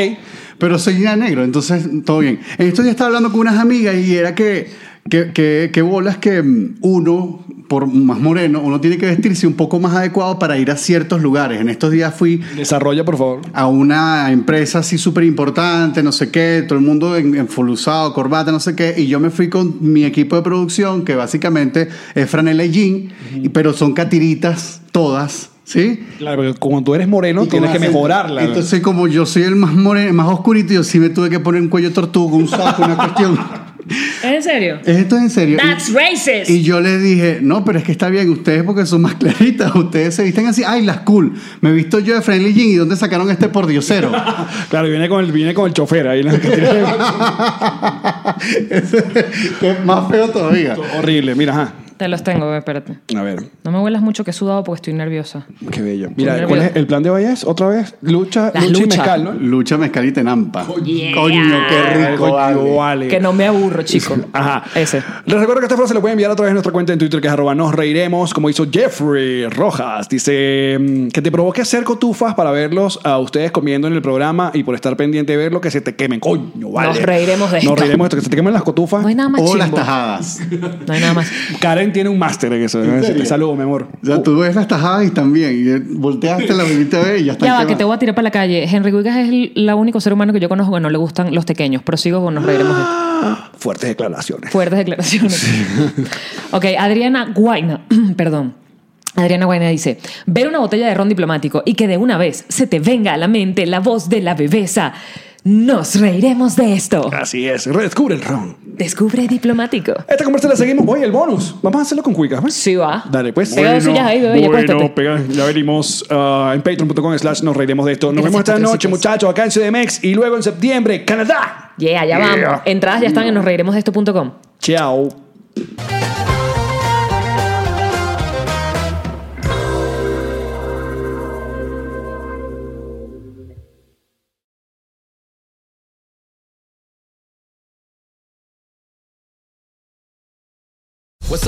Speaker 4: pero soy ya negro, entonces todo bien. En estos días estaba hablando con unas amigas y era que, que, que- que bolas que mm, uno, por más moreno, uno tiene que vestirse un poco más adecuado para ir a ciertos lugares. En estos días fui
Speaker 1: Desarrolla, por favor.
Speaker 4: a una empresa así súper importante, no sé qué, todo el mundo en, enfoluzado, corbata, no sé qué, y yo me fui con mi equipo de producción, que básicamente es franela y jean, y- pero son catiritas todas, ¿sí?
Speaker 1: Claro, porque cuando tú eres moreno,
Speaker 4: Y
Speaker 1: tienes
Speaker 4: con
Speaker 1: que
Speaker 4: acento.
Speaker 1: mejorarla.
Speaker 4: Entonces, como yo soy el más moreno, el más oscurito, yo sí me tuve que poner un cuello tortuga, un saco, una cuestión.
Speaker 2: ¿Es en serio?
Speaker 4: Esto es en serio. Y-
Speaker 2: racist.
Speaker 4: y yo les dije, no, pero es que está bien, ustedes porque son más claritas, ustedes se visten así, ay, las cool. Me he visto yo de Friendly Jean y ¿dónde sacaron este pordiosero?
Speaker 1: Claro, viene con el, viene con el chofer ahí. ¿no? Que tiene-
Speaker 4: que es más feo todavía.
Speaker 1: Horrible, mira, ajá.
Speaker 2: Te los tengo, espérate.
Speaker 1: A ver,
Speaker 2: No me huelas mucho que he sudado porque estoy nerviosa.
Speaker 1: qué bello. Mira,
Speaker 2: nervioso.
Speaker 1: ¿cuál es el plan de hoy? Es otra vez lucha,
Speaker 2: Las
Speaker 1: lucha y
Speaker 2: luchas.
Speaker 1: mezcal, ¿no?
Speaker 4: Lucha mezcal y tenampa.
Speaker 2: Yeah.
Speaker 4: Coño, qué rico.
Speaker 1: Coño,
Speaker 4: vale.
Speaker 1: vale.
Speaker 2: Que no me aburro, chico.
Speaker 1: Ajá.
Speaker 2: Ese.
Speaker 1: Les recuerdo que esta frase la pueden enviar a través de nuestra cuenta en Twitter, que es arroba nos reiremos, como hizo Jeffrey Rojas. Dice mm, que te provoque hacer cotufas para verlos a ustedes comiendo en el programa y por estar pendiente de verlo que se te quemen. Coño, vale.
Speaker 2: Nos reiremos de esto.
Speaker 1: Nos reiremos de esto, que se te quemen las cotufas.
Speaker 2: No hay nada más
Speaker 4: O las
Speaker 2: chimbo.
Speaker 4: tajadas.
Speaker 2: No hay nada más.
Speaker 1: Karen tiene un máster en eso.
Speaker 4: ¿En serio?
Speaker 1: Te saludo, mi amor.
Speaker 4: O sea, tú ves las tajadas y también. Y volteaste la bebita a ver y ya está.
Speaker 2: Ya va, que te voy a tirar para la calle. Henry Cuica es el la único ser humano que yo conozco que no le gustan los pequeños. Prosigo con nos reiremos de esto.
Speaker 1: Uh, Fuertes declaraciones.
Speaker 2: Fuertes declaraciones. ok, Adriana Guaina, perdón. Adriana Guaina dice, ver una botella de ron diplomático y que de una vez se te venga a la mente la voz de la bebesa. Nos reiremos de esto.
Speaker 1: Así es. Redescubre el ron.
Speaker 2: Descubre diplomático.
Speaker 1: Esta conversa la seguimos. Oye, el bonus. Vamos a hacerlo con cuicas. ¿ves?
Speaker 2: Sí, va.
Speaker 1: Dale, pues.
Speaker 2: Pega dos sillas ahí, bebé, ya
Speaker 1: bueno,
Speaker 2: acuéstate.
Speaker 1: pega- ya venimos ah, en patreon.com slash nos reiremos de esto. Nos
Speaker 2: Gracias,
Speaker 1: vemos esta noche,
Speaker 2: patrocitos.
Speaker 1: muchachos, acá en CDMX y luego en septiembre, Canadá.
Speaker 2: Yeah, ya
Speaker 1: Yeah.
Speaker 2: vamos. Entradas ya están en nosreiremosdeesto.com.
Speaker 1: Chao.
Speaker 5: What's